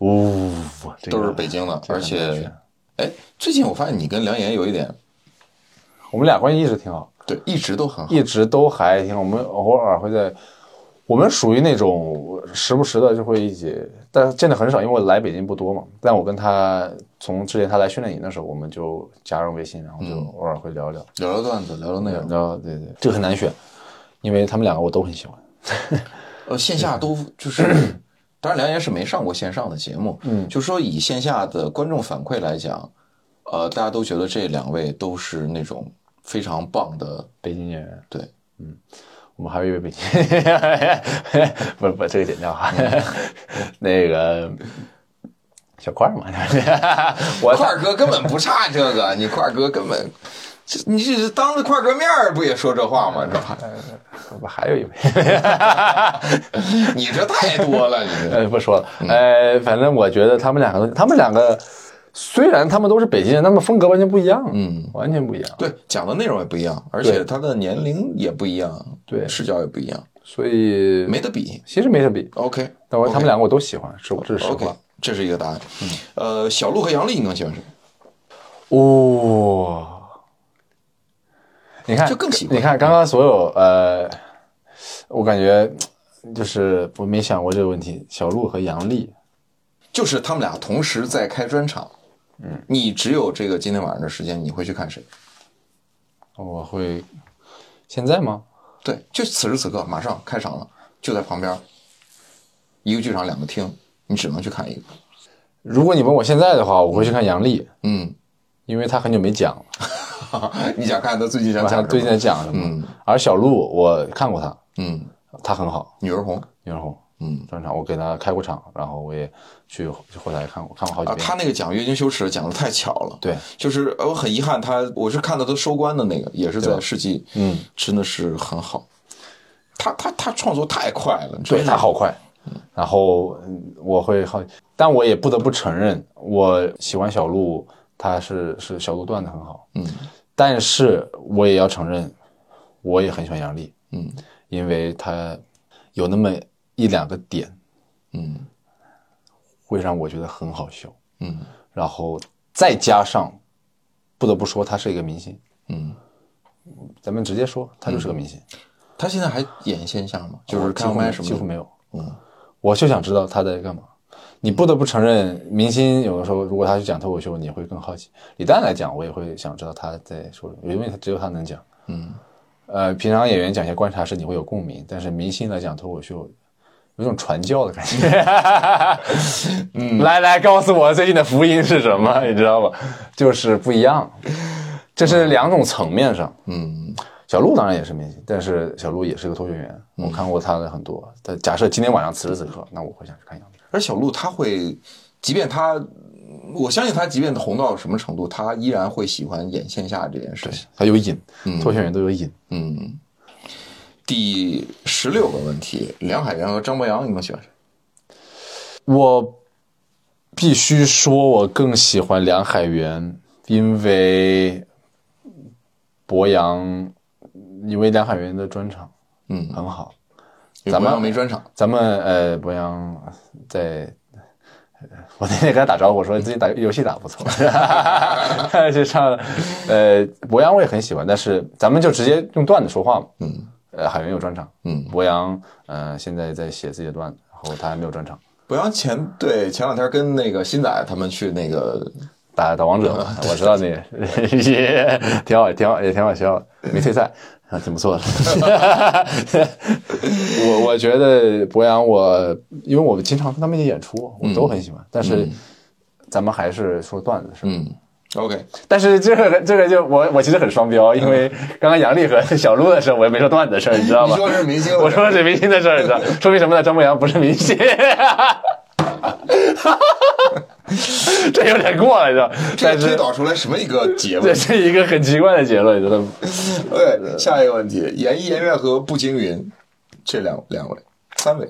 Speaker 4: 呜、这个
Speaker 3: 都是北京的，
Speaker 4: 这个
Speaker 3: 而
Speaker 4: 很难
Speaker 3: 且
Speaker 4: 选，
Speaker 3: 哎，最近我发现你跟梁岩有一点，
Speaker 4: 我们俩关系一直挺好。
Speaker 3: 对，一直都很好。
Speaker 4: 一直都还挺好。我们偶尔会在，我们属于那种时不时的就会一起，但是见的很少，因为我来北京不多嘛。但我跟他从之前他来训练营的时候，我们就加上微信，然后就
Speaker 3: 嗯
Speaker 4: 偶尔会聊聊。
Speaker 3: 聊聊段子，聊聊内容，
Speaker 4: 然后对对，这个很难选，因为他们两个我都很喜欢。
Speaker 3: 呃，线下都 就是，当然梁岩是没上过线上的节目，嗯，就说以线下的观众反馈来讲，呃，大家都觉得这两位都是那种非常棒的，
Speaker 4: 北京演员，
Speaker 3: 对，
Speaker 4: 我们还有一位北京， 不不，这个剪掉哈。
Speaker 3: 嗯
Speaker 4: 那个小块儿嘛， 我
Speaker 3: 块儿哥根本不差这个，你块儿哥根本，这你这当着块儿哥面儿不也说这话吗？这 还
Speaker 4: 我们还有一位。
Speaker 3: 你这太多 了，你这
Speaker 4: 呃，不说了，呃，反正我觉得他们两个，他们两个虽然他们都是北京人，他们风格完全不一样，嗯，完全不一样。
Speaker 3: 对讲的内容也不一样，而
Speaker 4: 对
Speaker 3: 且他的年龄也不一样，
Speaker 4: 对
Speaker 3: 视角也不一样，
Speaker 4: 所以
Speaker 3: 没得比。
Speaker 4: 其实没什么比。
Speaker 3: OK，
Speaker 4: 但我他们两个我都喜欢，是这是实
Speaker 3: OK，
Speaker 4: 话。嗯
Speaker 3: 这是一个答案。呃，小鹿和杨丽，你更喜欢谁？
Speaker 4: 哦，你看，
Speaker 3: 就更喜欢
Speaker 4: 你看刚刚所有呃，我感觉就是我没想过这个问题。小鹿和杨笠，
Speaker 3: 就是他们俩同时在开专场。嗯，你只有这个今天晚上的时间，你会去看谁？
Speaker 4: 我会现在吗？
Speaker 3: 对，就此时此刻，马上开场了，就在旁边，一个剧场两个厅，你只能去看一个。
Speaker 4: 如果你问我现在的话，我会去看杨笠，
Speaker 3: 嗯，
Speaker 4: 因为他很久没讲了。
Speaker 3: 你想看他最近想
Speaker 4: 我
Speaker 3: 讲什
Speaker 4: 看
Speaker 3: 么
Speaker 4: 最近在讲什么。而小鹿我看过他，
Speaker 3: 嗯，
Speaker 4: 他很好，
Speaker 3: 女儿红
Speaker 4: 袁弘，
Speaker 3: 嗯，
Speaker 4: 专场我给他开过场，然后我也去去后台看过，看过好几
Speaker 3: 啊，
Speaker 4: 遍。
Speaker 3: 他那个讲月经羞耻讲的太巧了。
Speaker 4: 对，
Speaker 3: 就是呃我很遗憾他，我是看到他收官的那个，也是在世纪，嗯，真的是很好。他他他创作太快了，你知道
Speaker 4: 对
Speaker 3: 吗
Speaker 4: 他好快。然后嗯我会好，但我也不得不承认，我喜欢小鹿，他是是小鹿段子很好，嗯，但是我也要承认，我也很喜欢杨笠，
Speaker 3: 嗯，
Speaker 4: 因为他有那么一两个点，
Speaker 3: 嗯
Speaker 4: 会让我觉得很好笑，
Speaker 3: 嗯
Speaker 4: 然后再加上，不得不说他是一个明星，
Speaker 3: 嗯，
Speaker 4: 咱们直接说他就是个明星，
Speaker 3: 他现在还演线下吗？就是
Speaker 4: 几
Speaker 3: 开
Speaker 4: 乎
Speaker 3: 麦
Speaker 4: 没
Speaker 3: 什么
Speaker 4: 哦几乎
Speaker 3: 的。
Speaker 4: 没有，
Speaker 3: 嗯，
Speaker 4: 我就想知道他在干嘛。你不得不承认，明星有的时候如果他去讲脱口秀，你会更好奇。李诞来讲，我也会想知道他在说什么，因为他只有他能讲。
Speaker 3: 嗯，
Speaker 4: 呃，平常演员讲一些观察事，你会有共鸣，但是明星来讲脱口秀。有种传教的感觉， 嗯，来来，告诉我最近的福音是什么，你知道吗？就是不一样，这是两种层面上。
Speaker 3: 嗯，
Speaker 4: 小鹿当然也是明星，但是小鹿也是个脱学员，我看过他的很多。但假设今天晚上此时此刻，那我会想去看杨幂。
Speaker 3: 而小鹿他会，即便他，我相信他，即便红到什么程度，他依然会喜欢演线下这件事情。
Speaker 4: 他有瘾，脱学员都有瘾。
Speaker 3: 嗯，第十六个问题，梁海源和张博洋，你们喜欢谁？
Speaker 4: 我必须说，我更喜欢梁海源，因为博洋，因为梁海源的专场
Speaker 3: 嗯，
Speaker 4: 很好。
Speaker 3: 因为
Speaker 4: 咱们
Speaker 3: 博洋没专场，
Speaker 4: 咱们呃，博洋在，我那天跟他打招呼，我说最近打游戏打得不错， 就唱了。呃，博洋我也很喜欢，但是咱们就直接用段子说话嘛。
Speaker 3: 嗯，
Speaker 4: 呃，海源有专场，
Speaker 3: 嗯
Speaker 4: 博洋呃现在在写自己的段子，然后他还没有专场，
Speaker 3: 博洋前对前两天跟那个新仔他们去那个，
Speaker 4: 打打王者嘛，
Speaker 3: 啊
Speaker 4: 我知道你 也挺好，挺好，也挺好笑的，没退赛，啊，挺不错的。 我我觉得博洋我，因为我经常跟他们一起演出，我都很喜欢，但是咱们还是说段子是吧？
Speaker 3: 嗯，OK，
Speaker 4: 但是这个这个就我我其实很双标，因为刚刚杨丽和小鹿的事儿，我也没说段子的事儿，你知道
Speaker 3: 嗯你
Speaker 4: 吗？
Speaker 3: 说的是明星，
Speaker 4: 我说的是明星的事儿，你知道，说明什么呢？张博洋不是明星， 这有点过了，你知道？
Speaker 3: 这
Speaker 4: 但
Speaker 3: 推
Speaker 4: 是
Speaker 3: 导出来什么一个结
Speaker 4: 这
Speaker 3: 论？
Speaker 4: 是一个很奇怪的结论，你知道吗？
Speaker 3: 对，下一个问题，严艺、严悦和步惊云，这两两位，三位，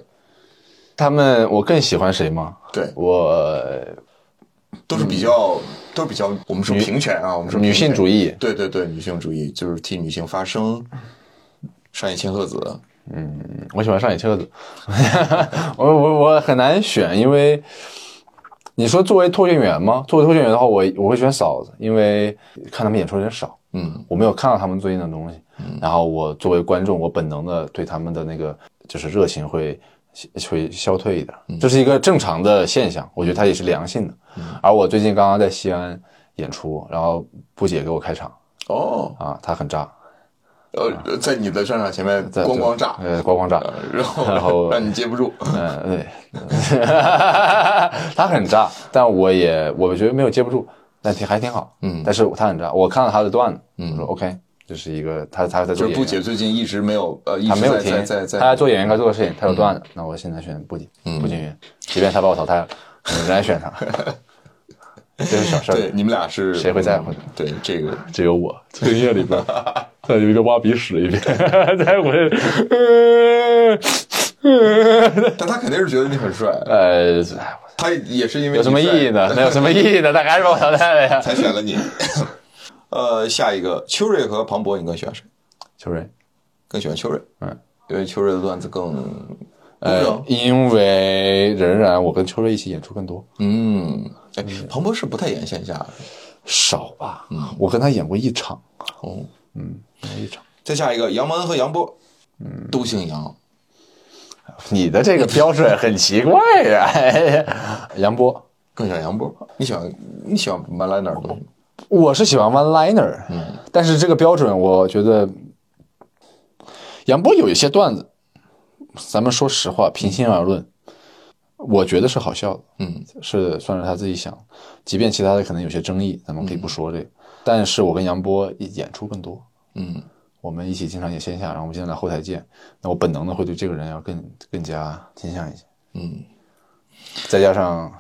Speaker 4: 他们我更喜欢谁吗？
Speaker 3: 对，
Speaker 4: 我
Speaker 3: 都是比较，都是比较，我们说平权啊，我们说
Speaker 4: 女性
Speaker 3: 义，
Speaker 4: 主义，
Speaker 3: 对对对，女性主义就是替女性发声，上野千鹤子，
Speaker 4: 我喜欢上野千鹤子， 我我我很难选，因为你说作为脱线员吗？作为脱线员的话，我我会选嫂子，因为看他们演出的人少，
Speaker 3: 嗯
Speaker 4: 我没有看到他们最近的东西，然后我作为观众，我本能的对他们的那个就是热情会会消退一点，
Speaker 3: 嗯
Speaker 4: 这是一个正常的现象，我觉得它也是良性的。而我最近刚刚在西安演出，然后布姐给我开场
Speaker 3: 哦，
Speaker 4: 啊，她很炸，
Speaker 3: 呃，在你的专场前面
Speaker 4: 在
Speaker 3: 咣咣炸，
Speaker 4: 呃，咣 咣炸，
Speaker 3: 然后
Speaker 4: 然后
Speaker 3: 让你接 不住，
Speaker 4: 嗯，对，他很炸，但我也我觉得没有接不住，但挺还挺好，
Speaker 3: 嗯
Speaker 4: 但是他很炸，我看了他的段子，
Speaker 3: 嗯
Speaker 4: 我说 OK，这是一个他他在做
Speaker 3: 就是
Speaker 4: 演
Speaker 3: 布
Speaker 4: 员，
Speaker 3: 姐最近一直没有，呃，一
Speaker 4: 他
Speaker 3: 直
Speaker 4: 没有
Speaker 3: 在
Speaker 4: 停
Speaker 3: 在在，在
Speaker 4: 他在做演员该做的事情，他有段子，那我现在选布景，
Speaker 3: 嗯
Speaker 4: 布景云，即便他把我淘汰了，我仍然选他，这是小事儿，
Speaker 3: 对，你们俩是
Speaker 4: 谁会在乎呢
Speaker 3: 嗯对这个，
Speaker 4: 只有我这个夜里 边，再有一个挖鼻屎一边，在我这，
Speaker 3: 但他肯定是觉得你很帅，
Speaker 4: 呃，哎我
Speaker 3: 他也是因为
Speaker 4: 有什么
Speaker 3: 你
Speaker 4: 意
Speaker 3: 帅
Speaker 4: 义呢？那有什么意义呢？他还是把我淘汰了呀。
Speaker 3: 才选了你。 呃，下一个秋瑞和庞博，你更喜欢谁？
Speaker 4: 秋瑞，
Speaker 3: 更喜欢秋瑞，
Speaker 4: 嗯，
Speaker 3: 因为秋瑞的段子更哎
Speaker 4: 呃
Speaker 3: 工整，。
Speaker 4: 因为仍然我跟秋瑞一起演出更多，
Speaker 3: 嗯，哎，庞博是不太演线下的。
Speaker 4: 少吧？我跟他演过一场，
Speaker 3: 哦，
Speaker 4: 演嗯过一场。
Speaker 3: 再下一个杨蒙恩和杨波，嗯，都姓杨。
Speaker 4: 你的这个标准很奇怪呀、哎呀 杨波，
Speaker 3: 更喜欢杨波，你喜欢你喜欢马来哪儿多？
Speaker 4: 我是喜欢 one liner，、但是这个标准我觉得杨波有一些段子，咱们说实话，平心而论，我觉得是好笑的，
Speaker 3: 嗯，
Speaker 4: 是算是他自己想，即便其他的可能有些争议，咱们可以不说这个，但是我跟杨波演出更多，
Speaker 3: 嗯，
Speaker 4: 我们一起经常演线下，然后我们经常在后台见，那我本能的会对这个人要更更加倾向一些，
Speaker 3: 嗯，
Speaker 4: 再加上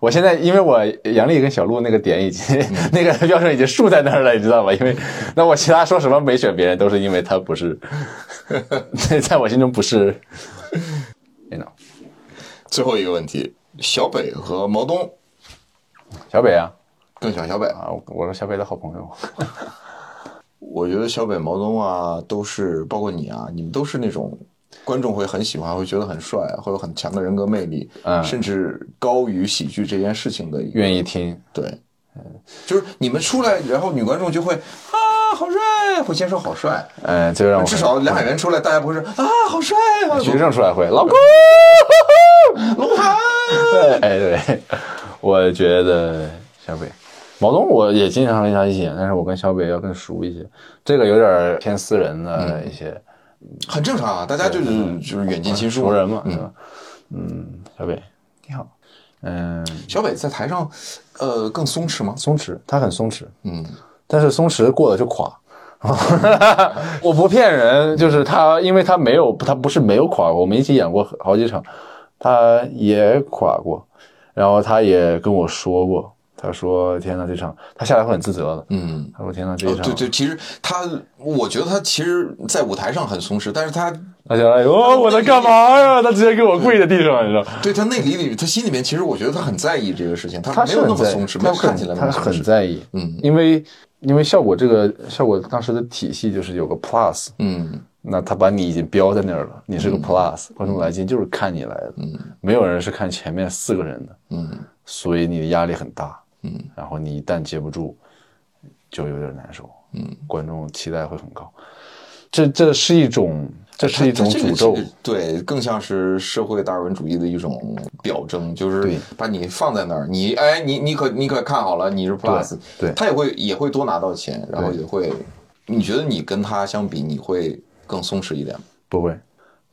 Speaker 4: 我现在因为我杨丽跟小鹿那个点已经、
Speaker 3: 嗯
Speaker 4: 那个标准已经竖在那儿了，你知道吗？因为那我其他说什么没选别人，都是因为他不 是，在我心中不是。哎呢，
Speaker 3: 最后一个问题，小北和毛东
Speaker 4: 小北啊
Speaker 3: 更喜欢小北。
Speaker 4: 啊，我我是小北的好朋友，
Speaker 3: 我觉得小北、毛东啊，都是包括你啊，你们都是那种观众会很喜欢，会觉得很帅，会有很强的人格魅力，
Speaker 4: 嗯
Speaker 3: 甚至高于喜剧这件事情的一个
Speaker 4: 愿意听。
Speaker 3: 对。就是你们出来，然后女观众就会啊，好帅，会先说好帅。
Speaker 4: 嗯，这个让我
Speaker 3: 至少梁海源出来，大家不会说啊，好帅啊，
Speaker 4: 学生出来会 老公。
Speaker 3: 龙涵。
Speaker 4: 哎，对，我觉得小北、毛东我也经常跟他一起演，但是我跟小北要更熟一些，这个有点偏私人的一些。
Speaker 3: 很正常啊，大家就是就是远近亲疏
Speaker 4: 熟人嘛，对吧？嗯，小北你好，嗯，
Speaker 3: 小北在台上，呃，更松弛吗？
Speaker 4: 松弛，他很松弛，
Speaker 3: 嗯，
Speaker 4: 但是松弛过了就 垮。我不骗人，就是他，因为他没有，他不是没有垮过，我们一起演过好几场，他也垮过，然后他也跟我说过，他说：“天呐，这场他下来会很自责的。”
Speaker 3: 嗯，
Speaker 4: 他说：“天呐，这一
Speaker 3: 哦
Speaker 4: 场。
Speaker 3: 对对，其实他，我觉得他其实，在舞台上很松弛，但是他
Speaker 4: 他想，哎呦，
Speaker 3: 哦
Speaker 4: 我在干嘛呀？他直接给我跪在地上，你知道？
Speaker 3: 对他内里里，他心里面其实我觉得他很在意这个事情，他
Speaker 4: 他
Speaker 3: 没
Speaker 4: 是
Speaker 3: 有那
Speaker 4: 很
Speaker 3: 么
Speaker 4: 在意
Speaker 3: 松弛，没
Speaker 4: 他
Speaker 3: 有看起
Speaker 4: 很
Speaker 3: 来那
Speaker 4: 他
Speaker 3: 么松
Speaker 4: 很
Speaker 3: 弛。
Speaker 4: 在意，
Speaker 3: 嗯
Speaker 4: 因为因为效果这个效果当时的体系就是有个 plus，
Speaker 3: 嗯，
Speaker 4: 那他把你已经标在那儿了，你是个 plus，、观众来劲就是看你来的，嗯，没有人是看前面四个人的，
Speaker 3: 嗯，
Speaker 4: 所以你的压力很大，
Speaker 3: 嗯，
Speaker 4: 然后你一旦接不住，就有点难受，嗯，观众期待会很高，这这是一种这是一种
Speaker 3: 他这个
Speaker 4: 诅咒
Speaker 3: 这，个对，更像是社会达尔文主义的一种表征，就是
Speaker 4: 对
Speaker 3: 把你放在那儿，你哎，你你可你可看好了，你是 plus，
Speaker 4: 对
Speaker 3: 他也会也会多拿到钱，然后
Speaker 4: 对
Speaker 3: 也会，你觉得你跟他相比，你会更松弛一点吗？
Speaker 4: 不会，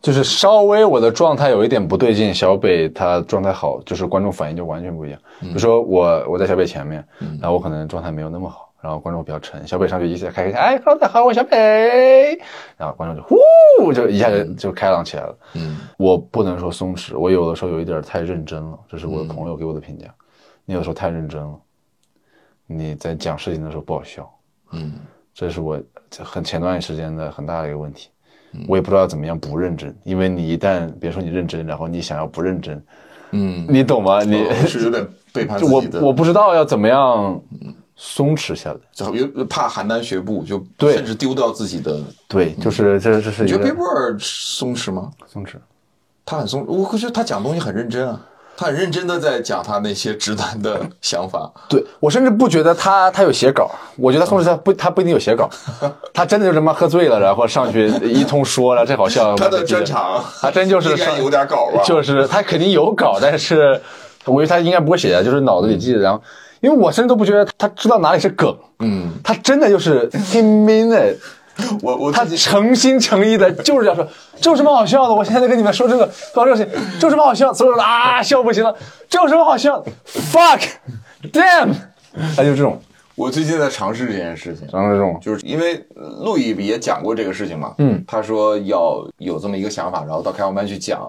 Speaker 4: 就是稍微我的状态有一点不对劲，小北他状态好，就是观众反应就完全不一样。比如说我我在小北前面，然后我可能状态没有那么好，然后观众比较沉，小北上去一下开开心，哎，hello 大家好，我是小北，哎然后观众就呼就一下就就开朗起来了。
Speaker 3: 嗯，
Speaker 4: 我不能说松弛，我有的时候有一点太认真了，这是我的朋友给我的评价。你有的时候太认真了，你在讲事情的时候不好笑。
Speaker 3: 嗯，
Speaker 4: 这是我很前段时间的很大的一个问题。我也不知道怎么样不认真，因为你一旦别说你认真，然后你想要不认真，
Speaker 3: 嗯，
Speaker 4: 你懂吗？你、
Speaker 3: 我是有点背 叛
Speaker 4: 就
Speaker 3: 自
Speaker 4: 我
Speaker 3: 己的，嗯
Speaker 4: 我不知道要怎么样松弛下来。
Speaker 3: 就有怕邯郸学步，就
Speaker 4: 对
Speaker 3: 甚至丢掉自己的。
Speaker 4: 对，就是这这是
Speaker 3: 你
Speaker 4: 一
Speaker 3: 觉得
Speaker 4: 个
Speaker 3: Bill Burr 松弛吗？
Speaker 4: 松弛。
Speaker 3: 他很松，我会觉得他讲东西很认真啊，他很认真的在讲他那些直男的想法。
Speaker 4: 对我甚至不觉得他他有写稿，我觉得宋志他不他不一定有写 稿，他真的就他妈喝醉了，然后上去一通说了，这好笑。
Speaker 3: 他的专场
Speaker 4: 他真就是
Speaker 3: 应该
Speaker 4: 上
Speaker 3: 有点稿吧
Speaker 4: 就是他肯定有稿，但是我觉得他应该不会写啊，就是脑子里记着，然后因为我甚至都不觉得他知道哪里是梗，嗯，他真的就是 he mean it。
Speaker 3: 我我
Speaker 4: 他
Speaker 3: 自己
Speaker 4: 诚心诚意的就是要说，这有什么好笑的？我现在在跟你们说这个，说这个事情，这有什么好笑？所有人都啊笑不行了，这有什么好笑的？Fuck damn，他 就这种，
Speaker 3: 我最近在尝试这件事情，
Speaker 4: 然后这种，
Speaker 3: 就是因为路易也讲过这个事情嘛，嗯，他说要有这么一个想法，然后到开放班去讲，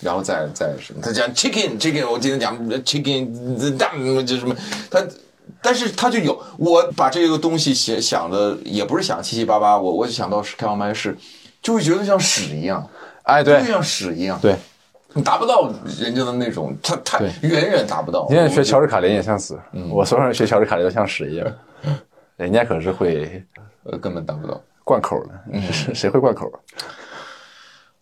Speaker 3: 然后再再什么，他讲 chicken chicken，我今天讲 chicken，大 就什么，他。但是他就有，我把这个东西想想的也不是想七七八八，我我想到是开放班是，就会觉得像屎一样，
Speaker 4: 哎，对
Speaker 3: 就像屎一样，
Speaker 4: 对，
Speaker 3: 你达不到人家的那种，他他
Speaker 4: 对
Speaker 3: 远远达不到。
Speaker 4: 现在学乔治卡林也像屎，我所有人学乔治卡林都像屎 一样，人家可是会
Speaker 3: 呃根本达不到。
Speaker 4: 灌口的， 谁会灌口啊？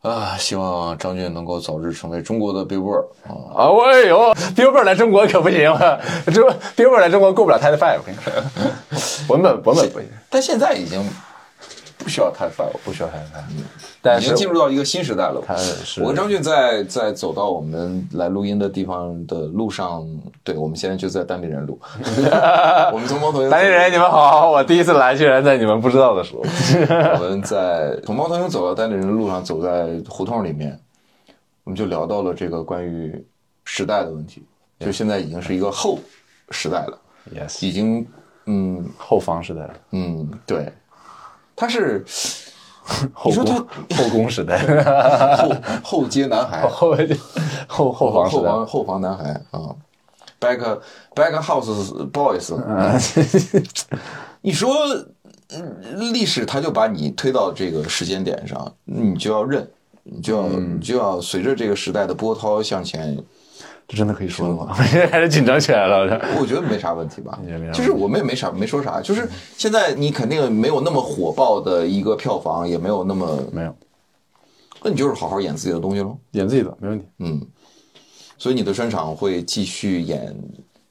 Speaker 3: 啊，希望张俊能够早日成为中国的 Billboard 啊！
Speaker 4: 啊，我哎呦，Billboard 来中国可不行啊， 这 Billboard 来中国过不了 Top Five，我跟你说， 文本文本不行，
Speaker 3: 但现在已经不需要太烦了，
Speaker 4: 不需要 Top Five，但
Speaker 3: 已
Speaker 4: 是
Speaker 3: 经进入到一个新时代了。
Speaker 4: 他是
Speaker 3: 我跟张俊在在走到我们来录音的地方的路上，对我们现在就在单 立人录， 我们从猫头鹰走
Speaker 4: 南京人，你们好！我第一次来，居然在你们不知道的时候。
Speaker 3: 我们在从猫头鹰走到单立人的路上，走在胡同里面，我们就聊到了这个关于时代的问题，就现在已经是一个后时代了，
Speaker 4: yes，
Speaker 3: 已经嗯
Speaker 4: 后方时代，
Speaker 3: 嗯对，它是
Speaker 4: 后
Speaker 3: 说
Speaker 4: 宫 后宫时代，
Speaker 3: 后后街男孩，
Speaker 4: 后后后
Speaker 3: 后
Speaker 4: 方时
Speaker 3: 后
Speaker 4: 代。
Speaker 3: 防后防男孩啊，back back house boys，
Speaker 4: 嗯，
Speaker 3: 你说嗯历史它就把你推到这个时间点上，你就要认，你就要、
Speaker 4: 嗯
Speaker 3: 你就要随着这个时代的波涛向前。
Speaker 4: 这真的可以说的吗？ 还是紧张起来了。
Speaker 3: 我觉得没啥问题吧
Speaker 4: 也没啥，问题
Speaker 3: 就是我们也没啥没说啥，就是现在你肯定没有那么火爆的一个票房，也没有那么，
Speaker 4: 没有，
Speaker 3: 那你就是好好演自己的东西喽，
Speaker 4: 演自己的没问题，
Speaker 3: 嗯，所以你的专场会继续演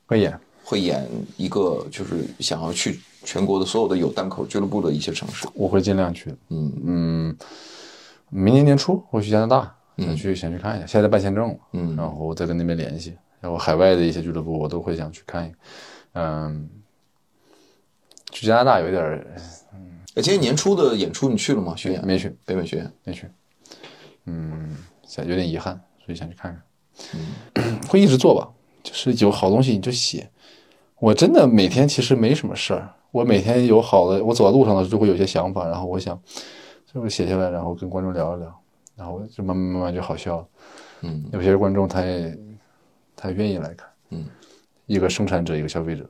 Speaker 4: 会演。
Speaker 3: 会演一个就是想要去全国的所有的有单口俱乐部的一些城市。
Speaker 4: 我会尽量去的。
Speaker 3: 嗯
Speaker 4: 嗯，明年年初我去加拿大，想去想去看一下，现在在办签证了，嗯，然后再跟那边联系，然后海外的一些俱乐部我都会想去看一看。嗯，去加拿大有一点儿
Speaker 3: 哎，今年年初的演出你去了吗？巡演
Speaker 4: 没去，
Speaker 3: 北美学院。
Speaker 4: 没去，嗯，想有点遗憾，嗯 所以想去看看，会一直做吧，就是有好东西你就写。我真的每天其实没什么事儿，我每天有好的，我走在路上的时候就会有些想法，然后我想是不是写下来，然后跟观众聊一聊，然后就慢慢慢慢就好笑了。
Speaker 3: 嗯，
Speaker 4: 有些观众他也他也愿意来看，
Speaker 3: 嗯，
Speaker 4: 一个生产者，一个消费者，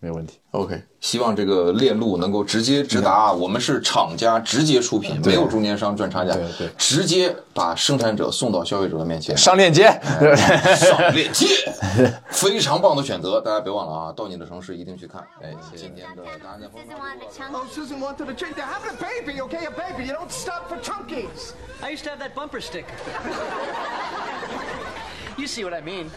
Speaker 4: 没有问题。
Speaker 3: OK，希望这个链路能够直接直达。我们是厂家直接出品，没有中间商赚差价
Speaker 4: 对对，
Speaker 3: 直接把生产者送到消费者的面 前。
Speaker 4: 上链接，对不对？
Speaker 3: 上链接， 非常棒的选择，大家别忘了啊！到你的城市一定去看。哎，今天的大家在
Speaker 5: Susan wanted a chunky.
Speaker 6: Oh, Susan wanted a treat. They're having a baby, okay? A baby. You don't stop for chunkies.
Speaker 7: I used to have that bumper sticker. you see what I mean.